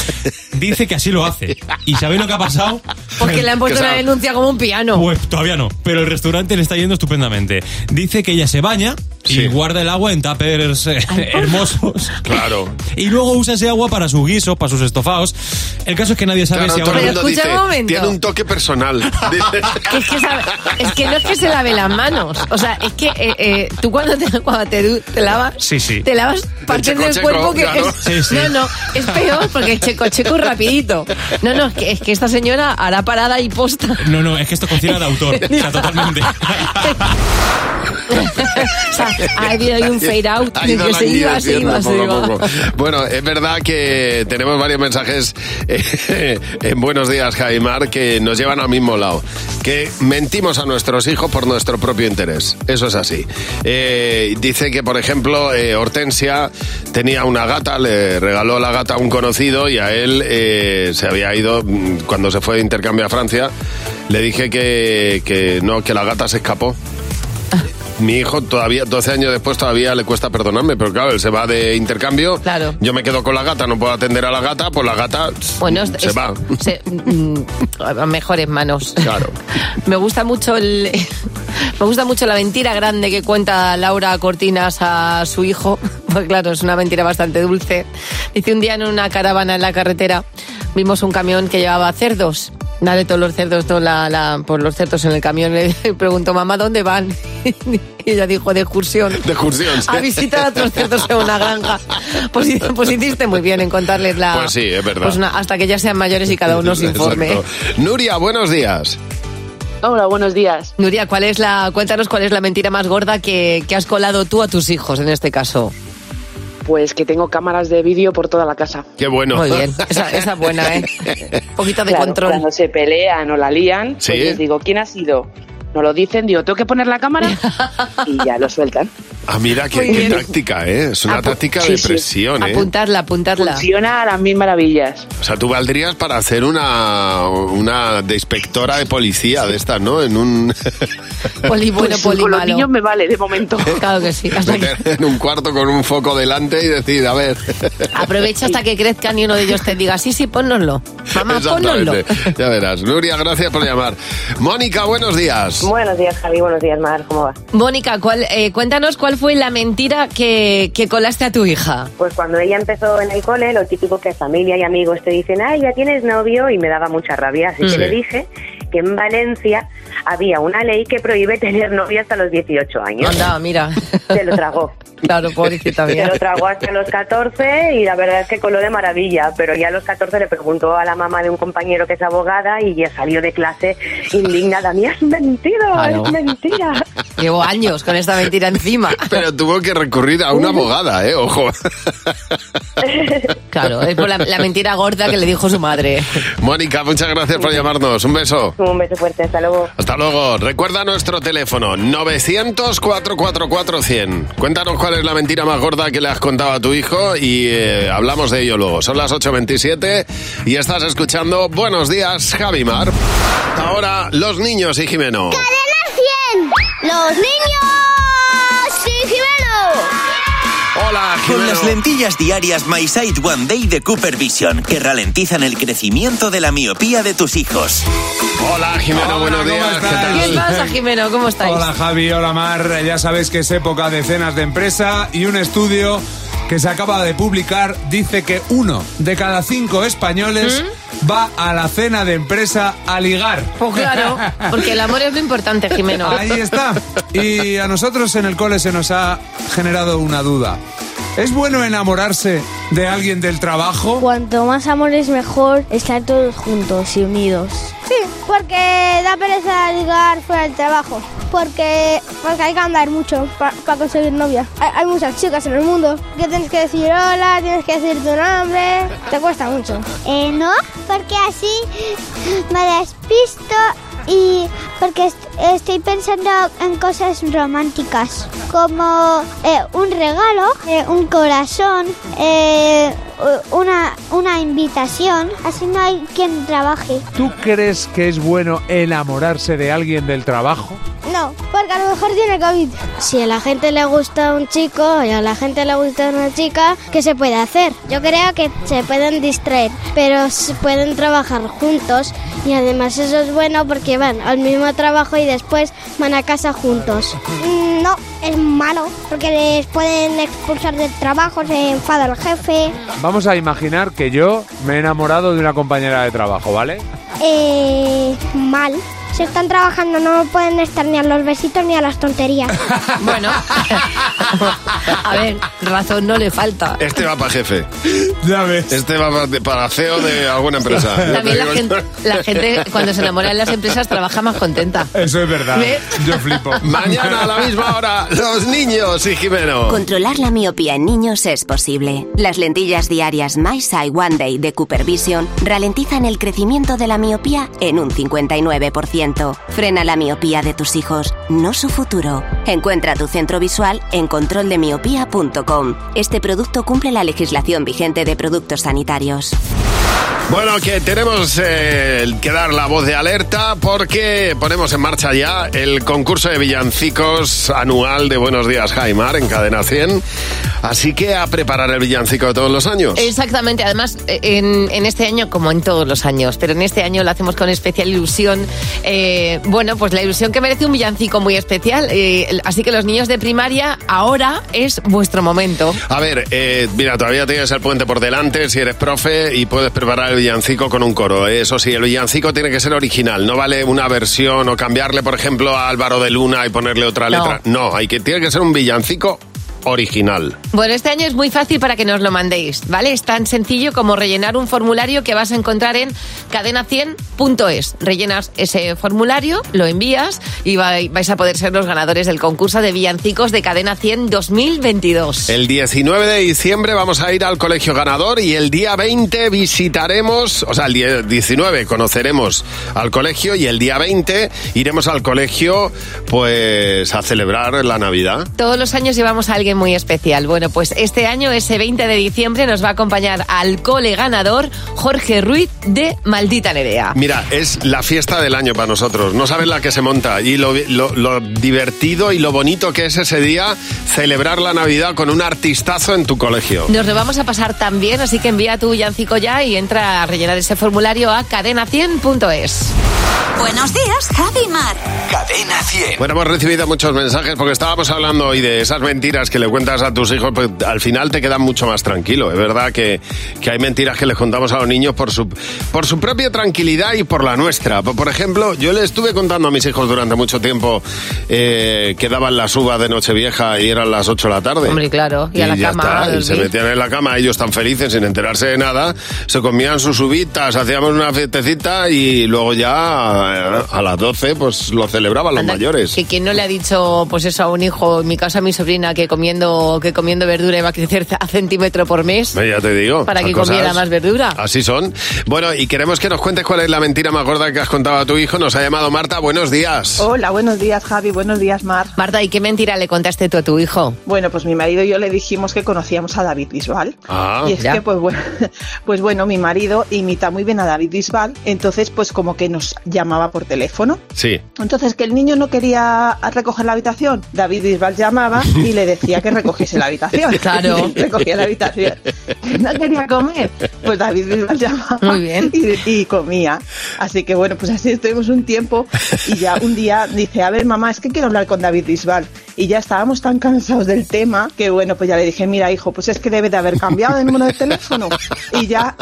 Speaker 17: Dice que así lo hace. ¿Y sabéis lo que ha pasado?
Speaker 4: Porque le han puesto una denuncia como un piano.
Speaker 17: Pues todavía no, pero el restaurante le está yendo estupendamente. Dice que ella se baña y guarda el agua en tuppers eh, hermosos.
Speaker 3: <laughs> Claro.
Speaker 17: Y luego usa ese agua para su guiso, para sus estofados. El caso es que nadie sabe
Speaker 3: Claro,
Speaker 17: si
Speaker 3: todo
Speaker 17: ahora...
Speaker 3: el mundo dice, tiene un
Speaker 17: un
Speaker 3: toque personal. Dice,
Speaker 4: Que es, que sabe- es que no es que se lave las manos. O sea, es que eh, eh, tú cuando te, cuando te, du- te lavas,
Speaker 17: <laughs> Sí, sí.
Speaker 4: te lavas partes
Speaker 17: checo,
Speaker 4: del
Speaker 17: checo,
Speaker 4: cuerpo que
Speaker 17: claro.
Speaker 4: es.
Speaker 17: Sí, sí.
Speaker 4: No, no, es peor porque el checo checo es rapidito. No, no, es que, es que esta señora hará parada y posta.
Speaker 17: <laughs> No, no, es que esto es cocina de autor. O sea, totalmente.
Speaker 4: O sea, ha habido ahí un fade out
Speaker 3: ha
Speaker 4: de
Speaker 3: ido
Speaker 4: que
Speaker 3: la
Speaker 4: se
Speaker 3: niña
Speaker 4: iba, se
Speaker 3: haciendo
Speaker 4: iba, se
Speaker 3: poco a
Speaker 4: iba.
Speaker 3: poco. Bueno, es verdad que tenemos varios mensajes eh, <laughs> en Buenos Días, Jaimar, que nos llevan al mismo lado. Que mentimos a nuestros hijos por nuestro propio interés. Eso es así. Eh, dice que, por ejemplo, eh, Hortensia tenía una gata, le regaló la gata a un conocido y a él eh, se había ido mm, cuando se fue de intercambio a Francia. Le dije que, que no, que la gata se escapó. Mi hijo todavía, 12 años después, todavía le cuesta perdonarme, pero claro, él se va de intercambio.
Speaker 4: Claro.
Speaker 3: Yo me quedo con la gata, no puedo atender a la gata, pues la gata
Speaker 4: Bueno, es-
Speaker 3: se
Speaker 4: es-
Speaker 3: va.
Speaker 4: <laughs> se- mm, a mejores manos.
Speaker 3: Claro.
Speaker 4: <laughs> Me gusta mucho el. <laughs> Me gusta mucho la mentira grande que cuenta Laura Cortinas a su hijo, <laughs> porque claro, es una mentira bastante dulce. Dice, un día en una caravana en la carretera vimos un camión que llevaba cerdos. Dale todos los cerdos, toda la, la- por los cerdos en el camión. Le <laughs> preguntó, mamá, ¿dónde van? <laughs> Y ella dijo, de excursión.
Speaker 3: De excursión, sí.
Speaker 4: A visitar a otros cerdos en una granja. Pues, hi- pues hiciste muy bien en contarles la...
Speaker 3: Pues sí, es verdad.
Speaker 4: pues una- hasta que ya sean mayores y cada uno se informe.
Speaker 3: Exacto. Nuria, buenos días.
Speaker 4: Hola, buenos días. Nuria, ¿cuál es la, cuéntanos cuál es la mentira más gorda que, que has colado tú a tus hijos en este caso.
Speaker 8: Pues que tengo cámaras de vídeo por toda la casa.
Speaker 3: Qué bueno.
Speaker 4: Muy bien, esa, esa es buena, ¿eh? Un poquito de
Speaker 8: Claro,
Speaker 4: control.
Speaker 8: Cuando se pelean o la lían,
Speaker 4: Sí.
Speaker 8: pues les digo, ¿quién ha sido? no lo dicen, digo, tengo que poner
Speaker 4: <laughs>
Speaker 8: la cámara y ya lo sueltan.
Speaker 3: Ah, mira, qué,
Speaker 8: Muy
Speaker 3: qué
Speaker 8: bien.
Speaker 3: táctica, ¿eh? Es una
Speaker 8: Apu-
Speaker 3: táctica
Speaker 8: sí,
Speaker 3: de
Speaker 8: sí.
Speaker 3: presión, ¿eh?
Speaker 4: Apuntadla, apuntadla.
Speaker 8: Funciona a las mil maravillas.
Speaker 3: O sea, tú valdrías para hacer una, una de inspectora de policía de estas, ¿no? En un...
Speaker 4: <laughs> Poli bueno,
Speaker 8: Pues
Speaker 4: poli
Speaker 8: con los
Speaker 4: malo.
Speaker 8: niños me vale, de momento.
Speaker 4: Claro que sí. Hasta que-
Speaker 3: meter en un cuarto con un foco delante y decir, a ver...
Speaker 4: Aprovecha hasta que crezcan y uno de ellos te diga, sí, sí, ponnoslo. Mamá, ponnoslo.
Speaker 3: Exactamente. <laughs> Ya verás. Nuria, gracias por llamar. Mónica, buenos días.
Speaker 10: Buenos días, Javi. Buenos días, Mar. ¿Cómo va?
Speaker 4: Mónica, ¿cuál- eh, cuéntanos cuál fue la mentira que, que colaste a tu hija.
Speaker 10: Pues cuando ella empezó en el cole, lo típico que familia y amigos te dicen, ay, ya tienes novio, y me daba mucha rabia. Así
Speaker 4: Mm.
Speaker 10: que le
Speaker 4: Sí.
Speaker 10: dije que en Valencia había una ley que prohíbe tener novio hasta los 18 años.
Speaker 4: Anda, mira.
Speaker 10: Se lo tragó.
Speaker 4: Claro, pobrecita
Speaker 10: Se
Speaker 4: mía.
Speaker 10: lo tragó hasta los 14 y la verdad es que coló de maravilla, pero ya a los 14 le preguntó a la mamá de un compañero que es abogada y ya salió de clase indignada. ¡Mía, es mentira!
Speaker 4: Claro.
Speaker 10: ¡Es mentira!
Speaker 4: Ah, Llevo años con esta mentira encima.
Speaker 3: Pero tuvo que recurrir a una abogada, ¿eh? Ojo.
Speaker 4: <laughs> Claro, es por la, la mentira gorda que le dijo su madre.
Speaker 3: Mónica, muchas gracias por llamarnos. Un beso.
Speaker 10: Un beso fuerte, hasta luego.
Speaker 3: Hasta luego. Recuerda nuestro teléfono 900-444-100. Cuéntanos cuál es la mentira más gorda que le has contado a tu hijo y eh, hablamos de ello luego. Son las 8.27 y estás escuchando Buenos días, Javimar. Ahora, los niños y Jimeno.
Speaker 5: ¡Los niños! ¡Sí,
Speaker 3: Hola,
Speaker 11: Con las lentillas diarias My Sight One Day de Cooper Vision, que ralentizan el crecimiento de la miopía de tus hijos.
Speaker 3: Hola, Jimeno,
Speaker 11: buenos días.
Speaker 4: ¿Qué pasa, Jimeno? ¿Cómo estáis?
Speaker 7: Hola Javi, hola Mar, ya sabéis que es época de cenas de empresa y un estudio que se acaba de publicar dice que uno de cada cinco españoles
Speaker 4: ¿Mm?
Speaker 7: va a la cena de empresa a ligar.
Speaker 4: Pues claro, porque el amor es lo importante, Jimeno.
Speaker 7: Ahí está. Y a nosotros en el cole se nos ha generado una duda. ¿Es bueno enamorarse de alguien del trabajo?
Speaker 12: Cuanto más amor es mejor estar todos juntos y unidos.
Speaker 13: Sí, porque da pereza ligar fuera del trabajo. Porque, porque hay que andar mucho para conseguir novia. Hay, hay muchas chicas en el mundo que tienes que decir hola, tienes que decir tu nombre. Te cuesta mucho. Eh, no, porque así me despisto y porque est- estoy pensando en cosas románticas, como eh, un regalo, eh, un corazón, eh, u- una, una invitación. Así no hay quien trabaje.
Speaker 7: ¿Tú crees que es bueno enamorarse de alguien del trabajo?
Speaker 13: No, porque a lo mejor tiene COVID. Si a la gente le gusta un chico y a la gente le gusta una chica, ¿qué se puede hacer? Yo creo que se pueden distraer, pero se pueden trabajar juntos y además eso es bueno porque van al mismo trabajo y después van a casa juntos. Mm, No, es malo, porque les Eh, pueden expulsar del trabajo, se enfada el jefe.
Speaker 7: Vamos a imaginar que yo me he enamorado de una compañera de trabajo, ¿vale?
Speaker 13: Eh, mal. Si están trabajando no pueden estar ni a los besitos ni a las tonterías.
Speaker 4: Bueno, a ver, razón no le falta.
Speaker 3: Este va para jefe.
Speaker 7: Ya ves.
Speaker 3: Este va pa- para CEO de alguna empresa. Ya te
Speaker 4: También la
Speaker 3: digo yo.
Speaker 4: gente, la gente cuando se enamora en las empresas trabaja más contenta.
Speaker 7: Eso es verdad.
Speaker 4: ¿Ves?
Speaker 7: Yo flipo.
Speaker 3: Mañana a la misma hora, los niños y Jimeno.
Speaker 14: Controlar la miopía en niños es posible. Las lentillas diarias My Sight One Day de Cooper Vision ralentizan el crecimiento de la miopía en un 59%. Frena la miopía de tus hijos, no su futuro. Encuentra tu centro visual en controldemiopía.com. Este producto cumple la legislación vigente de productos sanitarios.
Speaker 3: Bueno, que tenemos eh, que dar la voz de alerta porque ponemos en marcha ya el concurso de villancicos anual de Buenos Días Jaimar en Cadena 100. Así que a preparar el villancico de todos los años.
Speaker 4: Exactamente, además eh, en, en este año como en todos los años, pero en este año lo hacemos con especial ilusión. Eh, bueno, pues la ilusión que merece un villancico muy especial, eh, el- así que los niños de primaria, ahora es vuestro momento.
Speaker 3: A ver, eh, mira, todavía tienes el puente por delante si eres profe y puedes preparar el villancico con un coro. Eh, Eso sí, el villancico tiene que ser original, no vale una versión o cambiarle, por ejemplo, a Álvaro de Luna y ponerle otra
Speaker 4: No.
Speaker 3: letra. No, hay que, tiene que ser un villancico original.
Speaker 4: Bueno, este año es muy fácil para que nos lo mandéis, ¿vale? Es tan sencillo como rellenar un formulario que vas a encontrar en cadena100.es. Rellenas ese formulario, lo envías y va- vais a poder ser los ganadores del concurso de villancicos de Cadena 100 2022.
Speaker 3: El 19 de diciembre vamos a ir al colegio ganador y el día 20 visitaremos, o sea, el día 19 conoceremos al colegio y el día 20 iremos al colegio pues a celebrar la Navidad.
Speaker 4: Todos los años llevamos a alguien muy especial. Bueno, pues este año, ese 20 de diciembre, nos va a acompañar al cole ganador Jorge Ruiz de Maldita Nerea.
Speaker 3: Mira, es la fiesta del año para nosotros. No sabes la que se monta. Y lo, lo- lo divertido y lo bonito que es ese día celebrar la Navidad con un artistazo en tu colegio.
Speaker 4: Nos lo vamos a pasar también, así que envía tu yancico ya y entra a rellenar ese formulario a cadena100.es.
Speaker 14: Buenos días, Javi y Mar.
Speaker 1: Cadena 100.
Speaker 3: Bueno, hemos recibido muchos mensajes porque estábamos hablando hoy de esas mentiras que le cuentas a tus hijos, pues al final te quedan mucho más tranquilo. Es verdad que, que hay mentiras que les contamos a los niños por su, por su propia tranquilidad y por la nuestra. Por por ejemplo, yo le estuve contando a mis hijos durante mucho tiempo eh, que daban las uvas de Nochevieja y eran las 8 de la tarde.
Speaker 4: Hombre, claro, y, a la
Speaker 3: ya
Speaker 4: cama. a
Speaker 3: está, y
Speaker 4: dormir.
Speaker 3: se metían en la cama, ellos tan felices sin enterarse de nada, se comían sus uvitas, hacíamos una fiestecita y luego ya eh, a las 12 pues lo celebraban los mayores.
Speaker 4: Que quien no le ha dicho, pues eso, a un hijo, en mi caso a mi sobrina, que comiendo, que comiendo verdura iba a crecer a centímetro por mes,
Speaker 3: Eh, Ya te digo.
Speaker 4: para
Speaker 3: son
Speaker 4: que
Speaker 3: cosas- Ah.
Speaker 4: comiera más verdura.
Speaker 3: Así son. Bueno, y queremos que nos cuentes cuál es la mentira más gorda que has contado a tu hijo. Nos ha llamado Marta. Buenos días.
Speaker 4: Hola, buenos días, Javi. Buenos días, Mar. Marta, ¿y qué mentira le contaste tú a tu hijo?
Speaker 24: Bueno, pues mi marido y yo le dijimos que conocíamos a David Bisbal.
Speaker 3: Ah,
Speaker 24: y es
Speaker 4: ya.
Speaker 24: que, pues bueno, <laughs> pues bueno, mi marido imita muy bien a David Bisbal, entonces pues como que nos llamaba por teléfono.
Speaker 3: Sí.
Speaker 24: Entonces que el niño no quería recoger la habitación, David Bisbal llamaba y le decía que recogiese la habitación.
Speaker 4: Claro.
Speaker 24: <laughs> Recogía la habitación. No quería comer. Pues David Bisbal llamaba Y, y comía. Así que bueno, pues así estuvimos un tiempo y ya un día dice, a ver mamá, es que quiero hablar con David Bisbal. Y ya estábamos tan cansados del tema que bueno, pues ya le dije, mira hijo, pues es que debe de haber cambiado de número de teléfono. Y ya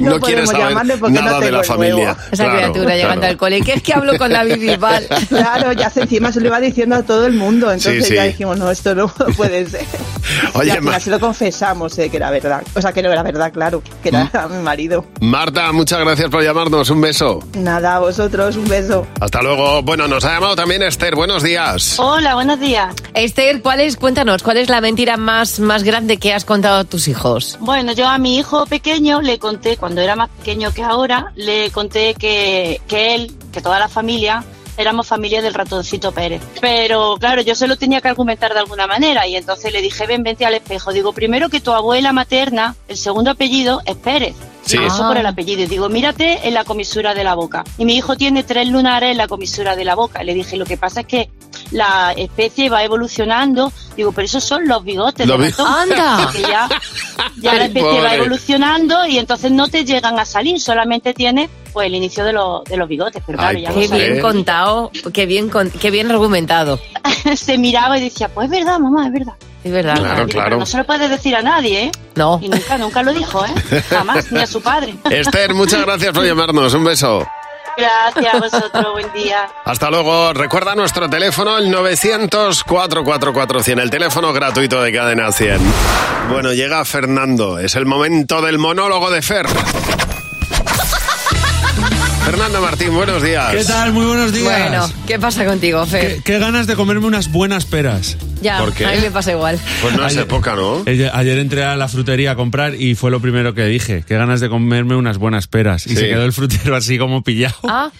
Speaker 24: no,
Speaker 3: No quiere
Speaker 24: podemos
Speaker 3: saber
Speaker 24: llamarle porque
Speaker 3: nada
Speaker 24: no
Speaker 3: de
Speaker 24: tengo
Speaker 3: la
Speaker 24: el
Speaker 3: familia.
Speaker 24: huevo.
Speaker 4: Esa
Speaker 3: Claro,
Speaker 4: criatura
Speaker 3: claro.
Speaker 4: llegando al cole, ¿qué es que hablo con David
Speaker 24: <laughs>
Speaker 4: Bisbal?
Speaker 24: Claro, ya se encima se lo iba diciendo a todo el mundo. Entonces
Speaker 3: Sí, sí.
Speaker 24: ya dijimos, no, esto no <laughs> puede ser.
Speaker 3: <laughs> Oye,
Speaker 24: y al
Speaker 3: Ma-
Speaker 24: final se lo confesamos eh, que era verdad. O sea, que no era verdad, claro, que era
Speaker 3: ¿Mm?
Speaker 24: mi marido.
Speaker 3: Marta, muchas gracias por llamarnos. Un beso.
Speaker 24: Nada, a vosotros, un beso.
Speaker 3: Hasta luego. Bueno, nos ha llamado también Esther. Buenos días.
Speaker 4: Hola, buenos días. Esther, ¿cuál es, cuéntanos, ¿cuál es la mentira más, más grande que has contado a tus hijos?
Speaker 9: Bueno, yo a mi hijo pequeño le conté, cuando era más pequeño que ahora, le conté que, que él, que toda la familia, éramos familia del ratoncito Pérez. Pero claro, yo se lo tenía que argumentar de alguna manera y entonces le dije, ven, vente al espejo. Digo, primero que tu abuela materna, el segundo apellido es Pérez.
Speaker 27: Sí.
Speaker 9: Eso
Speaker 27: Ah.
Speaker 9: por el apellido. Y digo, mírate en la comisura de la boca. Y mi hijo tiene tres lunares en la comisura de la boca. Y le dije, lo que pasa es que la especie va evolucionando. Digo, pero esos son los bigotes.
Speaker 27: Los
Speaker 9: del
Speaker 27: bigotes.
Speaker 9: ratón.
Speaker 27: <laughs> ¡Anda!
Speaker 9: Que ya ya la
Speaker 27: Ay,
Speaker 9: especie va
Speaker 27: pobre.
Speaker 9: evolucionando y entonces no te llegan a salir, solamente tienes pues el inicio de, los de los bigotes, pero claro, ya no
Speaker 4: qué
Speaker 9: salen.
Speaker 4: bien contado, qué bien, con- qué bien argumentado.
Speaker 9: <laughs> se miraba y decía, pues es verdad, mamá, es verdad.
Speaker 4: Es verdad.
Speaker 9: Digo,
Speaker 3: Claro,
Speaker 9: pero
Speaker 3: claro.
Speaker 9: No se lo puedes decir a nadie, ¿eh?
Speaker 4: No.
Speaker 9: Y nunca, nunca lo dijo,
Speaker 4: <laughs>
Speaker 9: ¿eh? Jamás, ni a su padre.
Speaker 3: Esther, muchas
Speaker 9: <laughs>
Speaker 3: gracias por llamarnos. Un beso.
Speaker 9: Gracias a vosotros, buen día.
Speaker 3: Hasta luego. Recuerda nuestro teléfono, el 900-444-100, el teléfono gratuito de Cadena 100. Bueno, llega Fernando. Es el momento del monólogo de Fer. Fernando Martín, buenos días.
Speaker 15: ¿Qué tal? Muy buenos días.
Speaker 4: Bueno, ¿qué pasa contigo, Fer?
Speaker 15: Qué, Eh, qué ganas de comerme unas buenas peras.
Speaker 4: Ya,
Speaker 15: ¿Por qué?
Speaker 4: a mí me pasa
Speaker 3: <laughs>
Speaker 4: igual.
Speaker 3: Pues no es época, ¿no?
Speaker 15: Ayer, eh, ayer entré a la frutería a comprar y fue lo primero que dije. Qué ganas de comerme unas buenas peras. Y
Speaker 3: Sí.
Speaker 15: se quedó el frutero así como
Speaker 3: <laughs>
Speaker 15: pillado.
Speaker 4: Ah,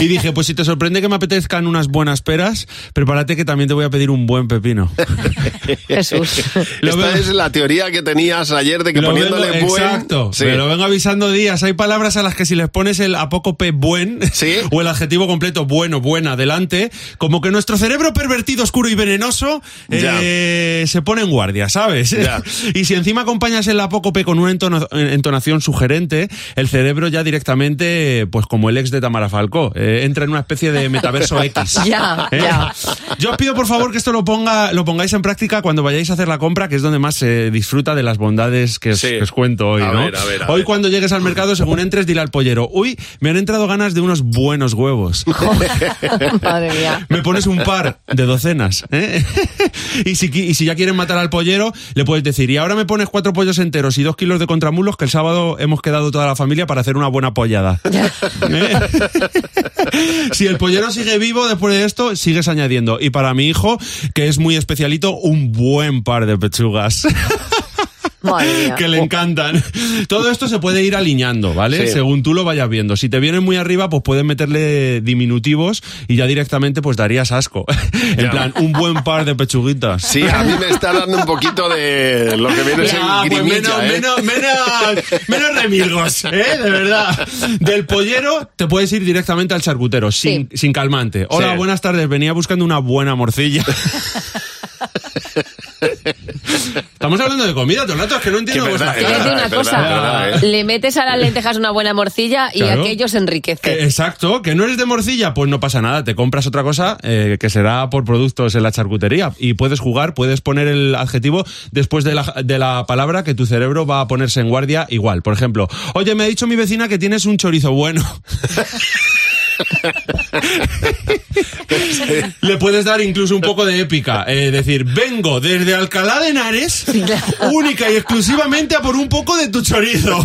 Speaker 15: Y dije, pues si te sorprende que me apetezcan unas buenas peras, prepárate que también te voy a pedir un buen pepino.
Speaker 4: Jesús.
Speaker 15: Lo
Speaker 3: Esta
Speaker 15: veo-
Speaker 3: es la teoría que tenías ayer de que
Speaker 15: Lo
Speaker 3: poniéndole
Speaker 15: vengo-
Speaker 3: buen...
Speaker 15: Exacto.
Speaker 3: Sí.
Speaker 15: Me lo vengo avisando días. Hay palabras a las que si les pones el apócope buen <laughs> o el adjetivo completo bueno, buena, delante, como que nuestro cerebro pervertido, oscuro y venenoso eh, se pone en guardia, ¿sabes?
Speaker 3: Ya.
Speaker 15: <laughs> y si encima acompañas el apócope con una entono- entonación sugerente, el cerebro ya directamente, pues como el ex de Tamara Falcó, eh, entra en una especie de metaverso X.
Speaker 4: <laughs> Ya,
Speaker 15: ¿Eh?
Speaker 4: ya.
Speaker 15: Yo os pido por favor que esto lo ponga, lo pongáis en práctica cuando vayáis a hacer la compra, que es donde más se disfruta de las bondades que os, que os cuento hoy,
Speaker 3: A
Speaker 15: ¿no?
Speaker 3: ver, a ver, a
Speaker 15: hoy
Speaker 3: ver.
Speaker 15: cuando llegues al mercado, según entres, dile al pollero, uy, me han entrado ganas de unos buenos huevos.
Speaker 4: <laughs> Madre mía.
Speaker 15: me pones un par de docenas, ¿eh? <laughs> y, si, qui- y si ya quieren matar al pollero, le puedes decir, y ahora me pones cuatro pollos enteros y dos kilos de contramulos, que el sábado hemos quedado toda la familia para hacer una buena pollada. ¿Eh? <laughs> si el pollero sigue vivo después de esto, sigues añadiendo. Y para mi hijo, que es muy especialito, un buen par de pechugas. <laughs> que le encantan. <laughs> Todo esto se puede ir alineando, ¿vale?
Speaker 3: oh. Sí.
Speaker 15: Según tú lo vayas viendo. Si te vienen muy arriba, pues puedes meterle diminutivos y ya directamente pues darías asco. <laughs> en
Speaker 3: Ya.
Speaker 15: plan, un buen par de pechuguitas.
Speaker 3: Sí, a mí me está dando un poquito de lo que viene
Speaker 15: Ah,
Speaker 3: siendo
Speaker 15: pues menos,
Speaker 3: grimilla, ¿eh?
Speaker 15: menos, menos, menos remilgos, ¿eh? De verdad. Del pollero te puedes ir directamente al charcutero, sin, sin calmante. Hola,
Speaker 3: Sí.
Speaker 15: buenas tardes. Venía buscando una buena
Speaker 3: <laughs>
Speaker 15: morcilla. Estamos hablando de comida todo el rato, es que no entiendo
Speaker 3: Que es verdad,
Speaker 15: vuestra cara.
Speaker 3: es verdad, Ah, es verdad, es verdad, ¿eh?
Speaker 4: Le metes a las lentejas una buena morcilla y
Speaker 15: Claro.
Speaker 4: aquello se enriquece.
Speaker 15: Que- exacto, que no eres de morcilla, pues no pasa nada, te compras otra cosa eh, que será por productos en la charcutería y puedes jugar, puedes poner el adjetivo después de la, de la palabra que tu cerebro va a ponerse en guardia igual. Por ejemplo, oye, me ha dicho mi vecina que tienes un chorizo bueno. <laughs>
Speaker 7: <laughs>
Speaker 15: Le puedes dar incluso un poco de épica, eh, decir, vengo desde Alcalá
Speaker 17: <laughs>
Speaker 15: de Henares, única y exclusivamente a por un poco de tu chorizo.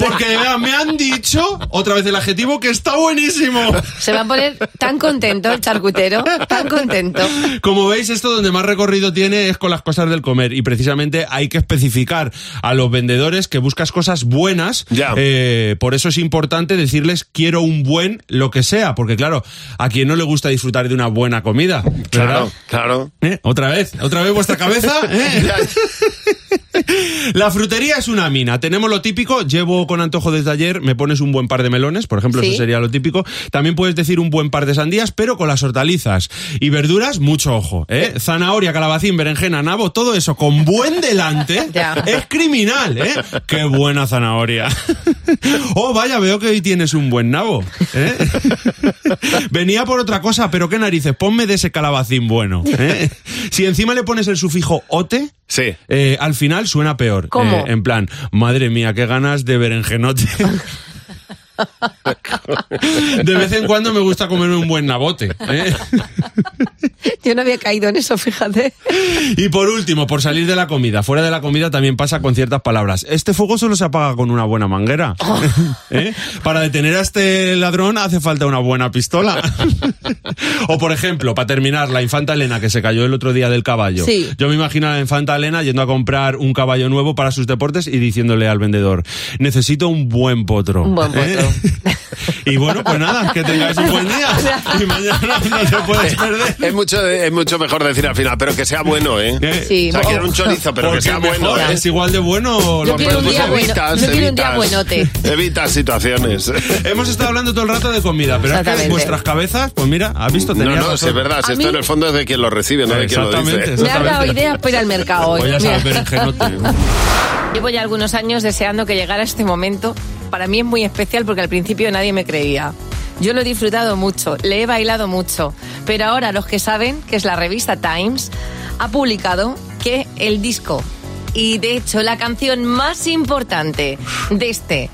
Speaker 15: Porque de verdad, me han dicho, otra vez el adjetivo, que está buenísimo.
Speaker 4: Se va a poner tan contento el charcutero, tan contento.
Speaker 15: Como veis, esto donde más recorrido tiene es con las cosas del comer. Y precisamente hay que especificar a los vendedores que buscas cosas buenas. Eh, por eso es importante decirles quiero un buen lo que sea. Porque claro, a quien no le gusta disfrutar de una buena comida.
Speaker 3: Claro,
Speaker 15: ¿verdad?
Speaker 3: claro.
Speaker 15: ¿Eh? Otra vez, otra vez vuestra
Speaker 3: <laughs>
Speaker 15: cabeza. ¿Eh? La frutería es una mina. Tenemos lo típico, llevo con antojo desde ayer, me pones un buen par de melones, por ejemplo,
Speaker 16: Sí.
Speaker 15: eso sería lo típico. También puedes decir un buen par de sandías, pero con las hortalizas y verduras, mucho ojo. ¿eh? Zanahoria, calabacín, berenjena, nabo, todo eso con buen delante es criminal. ¿eh? Qué buena zanahoria. <laughs> Oh, vaya, veo que hoy tienes un buen nabo. ¿eh? Venía por otra cosa, pero qué narices, ponme de ese calabacín bueno. ¿eh? Si encima le pones el sufijo ote, eh, al final suena peor.
Speaker 4: ¿Cómo?
Speaker 15: Eh, en plan, madre mía, qué ganas de berenjenote. De vez en cuando me gusta comerme un buen nabote. ¿eh?
Speaker 4: Yo no había caído en eso, fíjate.
Speaker 15: Y por último, por salir de la comida. Fuera de la comida también pasa con ciertas palabras. Este fuego solo se apaga con una buena
Speaker 16: <laughs>
Speaker 15: manguera. <laughs> ¿Eh? Para detener a este ladrón hace falta una buena pistola. <laughs> o por ejemplo, para terminar, la infanta Elena que se cayó el otro día del caballo.
Speaker 16: Sí.
Speaker 15: Yo me imagino a la infanta Elena yendo a comprar un caballo nuevo para sus deportes y diciéndole al vendedor, necesito un buen potro.
Speaker 16: Un buen
Speaker 15: ¿Eh? <laughs> y bueno, pues nada, que tengáis un
Speaker 4: <laughs>
Speaker 15: buen día.
Speaker 16: <laughs>
Speaker 15: Y mañana no te puedes perder.
Speaker 3: Es mucho, de- es mucho mejor decir al final, pero que sea bueno, ¿eh?
Speaker 4: Sí,
Speaker 3: o sea,
Speaker 4: bo-
Speaker 3: quiero un chorizo, pero que
Speaker 15: Porque
Speaker 3: sea
Speaker 15: mejor,
Speaker 3: bueno. ¿eh?
Speaker 15: Es igual de bueno.
Speaker 4: Yo
Speaker 15: lo-
Speaker 4: quiero un día
Speaker 15: pues
Speaker 4: bueno.
Speaker 15: evitas,
Speaker 4: Yo quiero un día
Speaker 15: evitas.
Speaker 4: buenote.
Speaker 3: Evitas situaciones.
Speaker 15: <laughs> Hemos estado hablando todo el rato de comida, pero es que
Speaker 4: Exactamente.
Speaker 15: vuestras cabezas, pues mira, has visto,
Speaker 3: No,
Speaker 15: Tenías
Speaker 3: no,
Speaker 15: razón.
Speaker 3: sí, es verdad.
Speaker 4: A
Speaker 3: si esto
Speaker 4: mí-
Speaker 3: en el fondo es de quien lo recibe, no de quien lo
Speaker 15: Exactamente,
Speaker 3: dice.
Speaker 4: Me ha dado
Speaker 3: <laughs>
Speaker 4: ideas para ir al mercado hoy.
Speaker 3: Voy a saber,
Speaker 4: Mira.
Speaker 3: berenjenote.
Speaker 4: <laughs> Llevo ya algunos años deseando que llegara este momento. Para mí es muy especial porque al principio nadie me creía. Yo lo he disfrutado mucho, le he bailado mucho, pero ahora los que saben, que es la revista Times, ha publicado que el disco y de hecho la canción más importante de este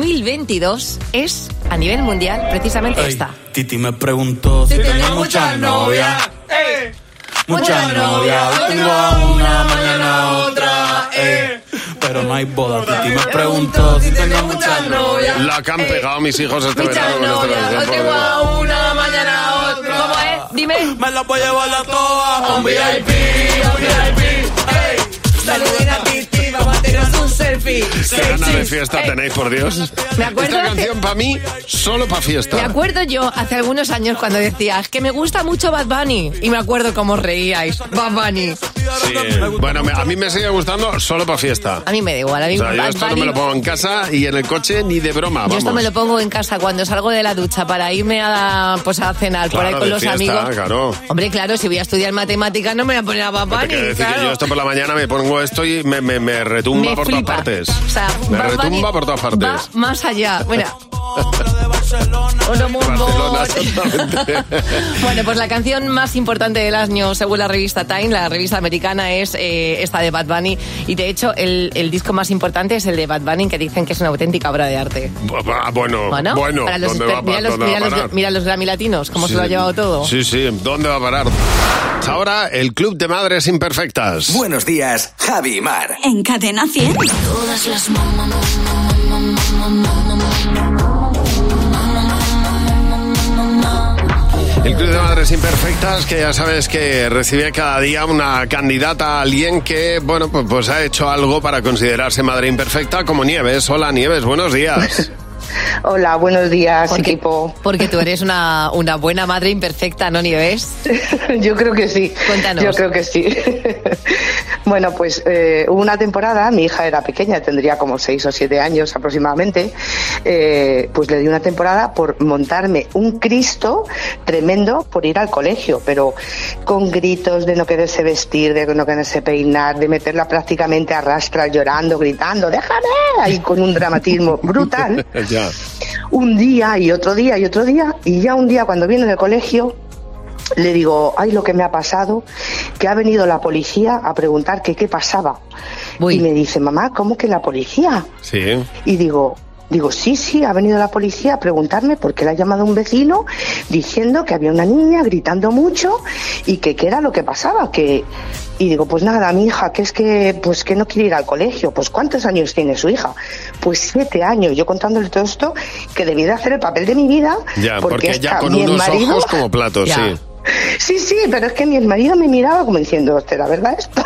Speaker 4: 2022 es a nivel mundial precisamente esta.
Speaker 18: Titi me preguntó si tenía muchas novias, muchas novias. Hoy tengo a una, mañana a otra, eh. Pero no hay boda. Titi me preguntó si tenía muchas novias.
Speaker 3: La que han pegado mis hijos este verano con esta canción, por
Speaker 18: tengo
Speaker 3: favor.
Speaker 18: a
Speaker 4: una, mañana a otra. ¿Cómo es? Dime.
Speaker 18: Me la voy a llevar a todas a un VIP, a un VIP, ey. Saluden a Titi, vamos a tirarnos un selfie.
Speaker 3: Qué ganas de fiesta tenéis, por Dios.
Speaker 4: Me acuerdo
Speaker 3: Esta
Speaker 4: hace-
Speaker 3: canción para mí, solo para
Speaker 4: Me
Speaker 3: fiesta.
Speaker 4: acuerdo yo hace algunos años cuando decías que me gusta mucho Bad Bunny y me acuerdo cómo reíais. Bad Bunny.
Speaker 3: Sí, bueno, me- a mí me sigue gustando solo para fiesta.
Speaker 4: A mí me da igual, a
Speaker 3: O
Speaker 4: mí
Speaker 3: sea, yo
Speaker 4: Bad
Speaker 3: esto no
Speaker 4: Bunny-
Speaker 3: me lo pongo en casa y en el coche ni de broma,
Speaker 4: yo
Speaker 3: vamos.
Speaker 4: esto me lo pongo en casa cuando salgo de la ducha para irme a, pues, a cenar por ahí
Speaker 3: Claro,
Speaker 4: con
Speaker 3: de
Speaker 4: los
Speaker 3: fiesta,
Speaker 4: amigos.
Speaker 3: claro.
Speaker 4: Hombre, claro, si voy a estudiar matemáticas no me voy a poner a Bad
Speaker 3: Te
Speaker 4: Bunny,
Speaker 3: quiero decir que
Speaker 4: claro.
Speaker 3: yo esto por la mañana me pongo esto y me, me- me retumba
Speaker 4: Me
Speaker 3: por
Speaker 4: flipa.
Speaker 3: todas partes.
Speaker 4: O sea,
Speaker 3: me
Speaker 4: Bad Bunny
Speaker 3: retumba por todas partes.
Speaker 4: Va más allá. Mira.
Speaker 3: Barcelona, exactamente. <laughs>
Speaker 4: Bueno, pues la canción más importante del año, según la revista Time, la revista americana, es eh, esta de Bad Bunny. Y de hecho, el, el disco más importante es el de Bad Bunny, que dicen que es una auténtica obra de arte.
Speaker 3: Ah, bueno,
Speaker 4: Bueno,
Speaker 3: bueno,
Speaker 4: para los
Speaker 3: ¿dónde
Speaker 4: exper-
Speaker 3: va, a pa-
Speaker 4: mira, los,
Speaker 3: dónde va
Speaker 4: mira
Speaker 3: a
Speaker 4: los-
Speaker 3: parar?
Speaker 4: mira los Grammy latinos, cómo
Speaker 3: Sí.
Speaker 4: se lo ha llevado todo.
Speaker 3: Sí, sí, ¿dónde va a parar? Pues ahora el Club de Madres Imperfectas.
Speaker 2: Buenos días, Javi y Mar.
Speaker 1: En Cadena 100.
Speaker 16: Todas las mamá,
Speaker 3: El Club de Madres Imperfectas, que ya sabes que recibe cada día una candidata, alguien que, bueno, pues, pues ha hecho algo para considerarse madre imperfecta, como Nieves. Hola, Nieves, buenos días.
Speaker 6: Hola, buenos días, equipo.
Speaker 4: Porque tú eres una, una buena madre imperfecta, ¿no, Nieves?
Speaker 6: <laughs> Yo creo que sí.
Speaker 4: Cuéntanos.
Speaker 6: Yo creo que sí. <laughs> bueno, pues eh, hubo una temporada, mi hija era pequeña, tendría como seis o siete años aproximadamente, eh, pues le di una temporada por montarme un Cristo tremendo por ir al colegio, pero con gritos de no quererse vestir, de no quererse peinar, de meterla prácticamente a rastras, llorando, gritando, déjame, y con un dramatismo brutal
Speaker 3: ya.
Speaker 6: un día y otro día y otro día, y ya un día cuando viene del colegio, le digo, ay, lo que me ha pasado, que ha venido la policía a preguntar que qué pasaba. Y me dice, mamá, ¿cómo que la policía?
Speaker 3: Sí.
Speaker 6: Y digo, digo, sí, sí, ha venido la policía a preguntarme por qué le ha llamado un vecino diciendo que había una niña gritando mucho y que qué era lo que pasaba, que y digo, pues nada, mi hija, que es que pues que no quiere ir al colegio. Pues ¿cuántos años tiene su hija? Pues siete años. Yo contándole todo esto, que debí de hacer el papel de mi vida.
Speaker 3: Ya, porque, ya
Speaker 6: hasta
Speaker 3: con
Speaker 6: mi
Speaker 3: unos
Speaker 6: marido-
Speaker 3: ojos como platos,
Speaker 6: Ya.
Speaker 3: sí.
Speaker 6: Sí, sí, pero es que mi marido me miraba como diciendo, ¿te la verdad
Speaker 3: <laughs>
Speaker 6: esto?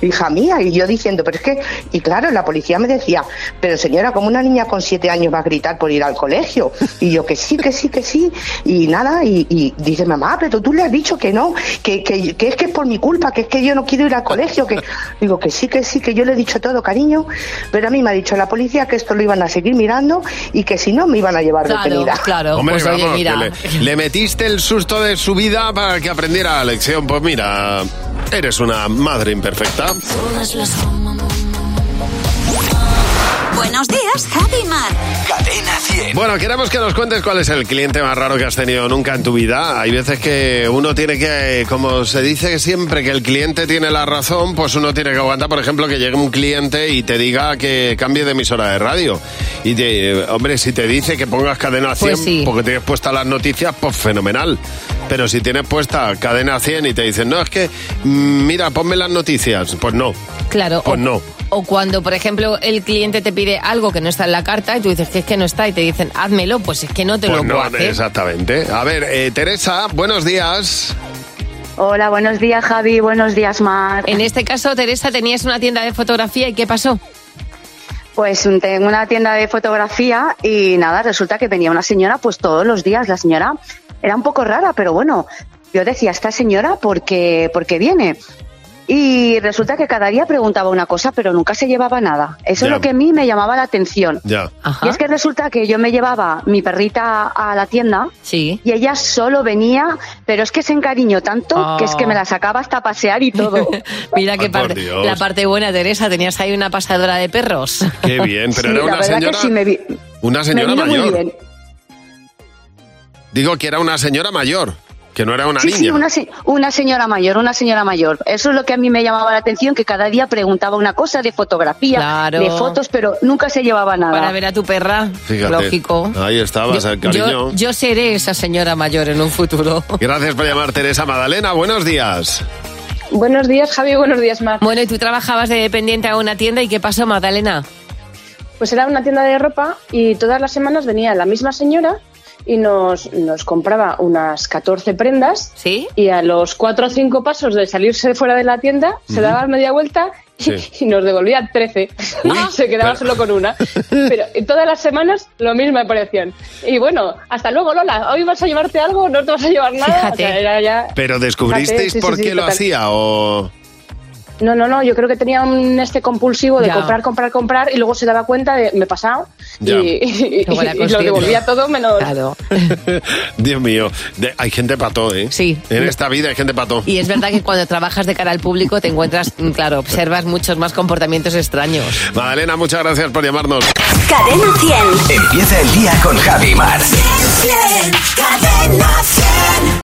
Speaker 6: Hija mía, y yo diciendo, pero es que, y claro, la policía me decía, pero señora, como una niña con siete años va a gritar por ir al colegio? Y yo que sí, que sí, que sí, y nada, y, y dice, mamá, pero tú le has dicho que no, que, que, que es que es por mi culpa, que es que yo no quiero ir al colegio, que digo que sí, que sí, que yo le he dicho todo, cariño, pero a mí me ha dicho la policía que esto lo iban a seguir mirando y que si no me iban a llevar detenida.
Speaker 3: Hombre, vamos, que le, le metiste el susto de su vida para que aprendiera la lección. Pues mira, eres una madre imperfecta.
Speaker 16: todas las
Speaker 1: Buenos días, Javi y Mar. Cadena 100.
Speaker 3: Bueno, queremos que nos cuentes cuál es el cliente más raro que has tenido nunca en tu vida. Hay veces que uno tiene que, eh, como se dice siempre que el cliente tiene la razón, pues uno tiene que aguantar, por ejemplo, que llegue un cliente y te diga que cambie de emisora de radio. Y, te- eh, hombre, si te dice que pongas cadena 100
Speaker 4: Pues sí.
Speaker 3: porque tienes puesta las noticias, pues fenomenal. Pero si tienes puesta cadena 100 y te dicen, no, es que, mm, mira, ponme las noticias, pues no.
Speaker 4: Claro.
Speaker 3: Pues
Speaker 4: o-
Speaker 3: no.
Speaker 4: O cuando, por ejemplo, el cliente te pide algo que no está en la carta y tú dices que es que no está y te dicen, házmelo, pues es que no te
Speaker 3: Pues
Speaker 4: lo
Speaker 3: no,
Speaker 4: puedo hacer.
Speaker 3: exactamente. A ver, eh, Teresa, buenos días.
Speaker 4: Hola, buenos días Javi, buenos días Mar. En este caso, Teresa, tenías una tienda de fotografía y ¿qué pasó?
Speaker 19: Pues tengo una tienda de fotografía y nada, resulta que venía una señora pues todos los días. La señora era un poco rara, pero bueno, yo decía, esta señora, ¿por qué, por qué viene? Y resulta que cada día preguntaba una cosa, pero nunca se llevaba nada. Eso
Speaker 3: Ya.
Speaker 19: es lo que a mí me llamaba la atención.
Speaker 3: Ya.
Speaker 19: Y es que resulta que yo me llevaba mi perrita a la tienda y ella solo venía, pero es que se encariñó tanto que es que me la sacaba hasta a pasear y todo.
Speaker 4: Mira qué
Speaker 19: Ay, por
Speaker 4: parte,
Speaker 19: Dios.
Speaker 4: la parte buena, Teresa, tenías ahí una pasadora de perros.
Speaker 3: Qué bien, pero
Speaker 19: Sí,
Speaker 3: era
Speaker 19: la
Speaker 3: una
Speaker 19: verdad que
Speaker 3: señora,
Speaker 19: sí me vi-
Speaker 3: una señora
Speaker 19: me vino muy
Speaker 3: mayor.
Speaker 19: bien.
Speaker 3: Digo que era una señora mayor, que no era una
Speaker 19: sí,
Speaker 3: niña.
Speaker 19: sí, una, se- una señora mayor, una señora mayor. Eso es lo que a mí me llamaba la atención, que cada día preguntaba una cosa de fotografía,
Speaker 4: Claro.
Speaker 19: de fotos, pero nunca se llevaba nada.
Speaker 4: Para ver a tu perra,
Speaker 3: Fíjate.
Speaker 4: lógico.
Speaker 3: Ahí estabas, el
Speaker 4: Yo,
Speaker 3: cariño.
Speaker 4: yo seré esa señora mayor en un futuro.
Speaker 3: Gracias por llamar, Teresa Madalena. Buenos días.
Speaker 4: Buenos días, Javi. Buenos días, Mar. Bueno, y tú trabajabas de dependiente a una tienda. ¿Y qué pasó, Magdalena?
Speaker 20: Pues era una tienda de ropa y todas las semanas venía la misma señora y nos, nos compraba unas 14 prendas.
Speaker 4: ¿Sí?
Speaker 20: Y a los 4 o 5 pasos de salirse fuera de la tienda, se
Speaker 21: Ujú.
Speaker 20: daba media vuelta y,
Speaker 21: Sí.
Speaker 20: y nos devolvía 13. <laughs> se quedaba solo con una. Pero todas las semanas lo mismo aparecían. Y bueno, hasta luego, Lola. Hoy vas a llevarte algo, no te vas a llevar nada. O sea, era ya-
Speaker 3: ¿Pero descubristeis
Speaker 20: Fíjate, sí,
Speaker 3: por
Speaker 20: sí,
Speaker 3: qué
Speaker 20: sí,
Speaker 3: lo
Speaker 20: total.
Speaker 3: hacía o...?
Speaker 20: No, no, no, yo creo que tenía un este compulsivo de
Speaker 3: Ya.
Speaker 20: comprar, comprar, comprar y luego se daba cuenta de me he pasado y,
Speaker 3: Ya.
Speaker 20: y-
Speaker 3: Luego la
Speaker 20: y lo
Speaker 3: consciente.
Speaker 20: devolvía todo menos...
Speaker 3: <laughs> Dios mío, de- hay gente pató, ¿eh? Sí. En esta vida hay gente pató.
Speaker 4: Y es verdad que cuando trabajas de cara al público te encuentras, mm, claro, observas muchos más comportamientos extraños.
Speaker 3: Madalena, muchas gracias por llamarnos.
Speaker 1: Cadena 100.
Speaker 2: Empieza el día con Javi y Mar.
Speaker 1: Cadena 100.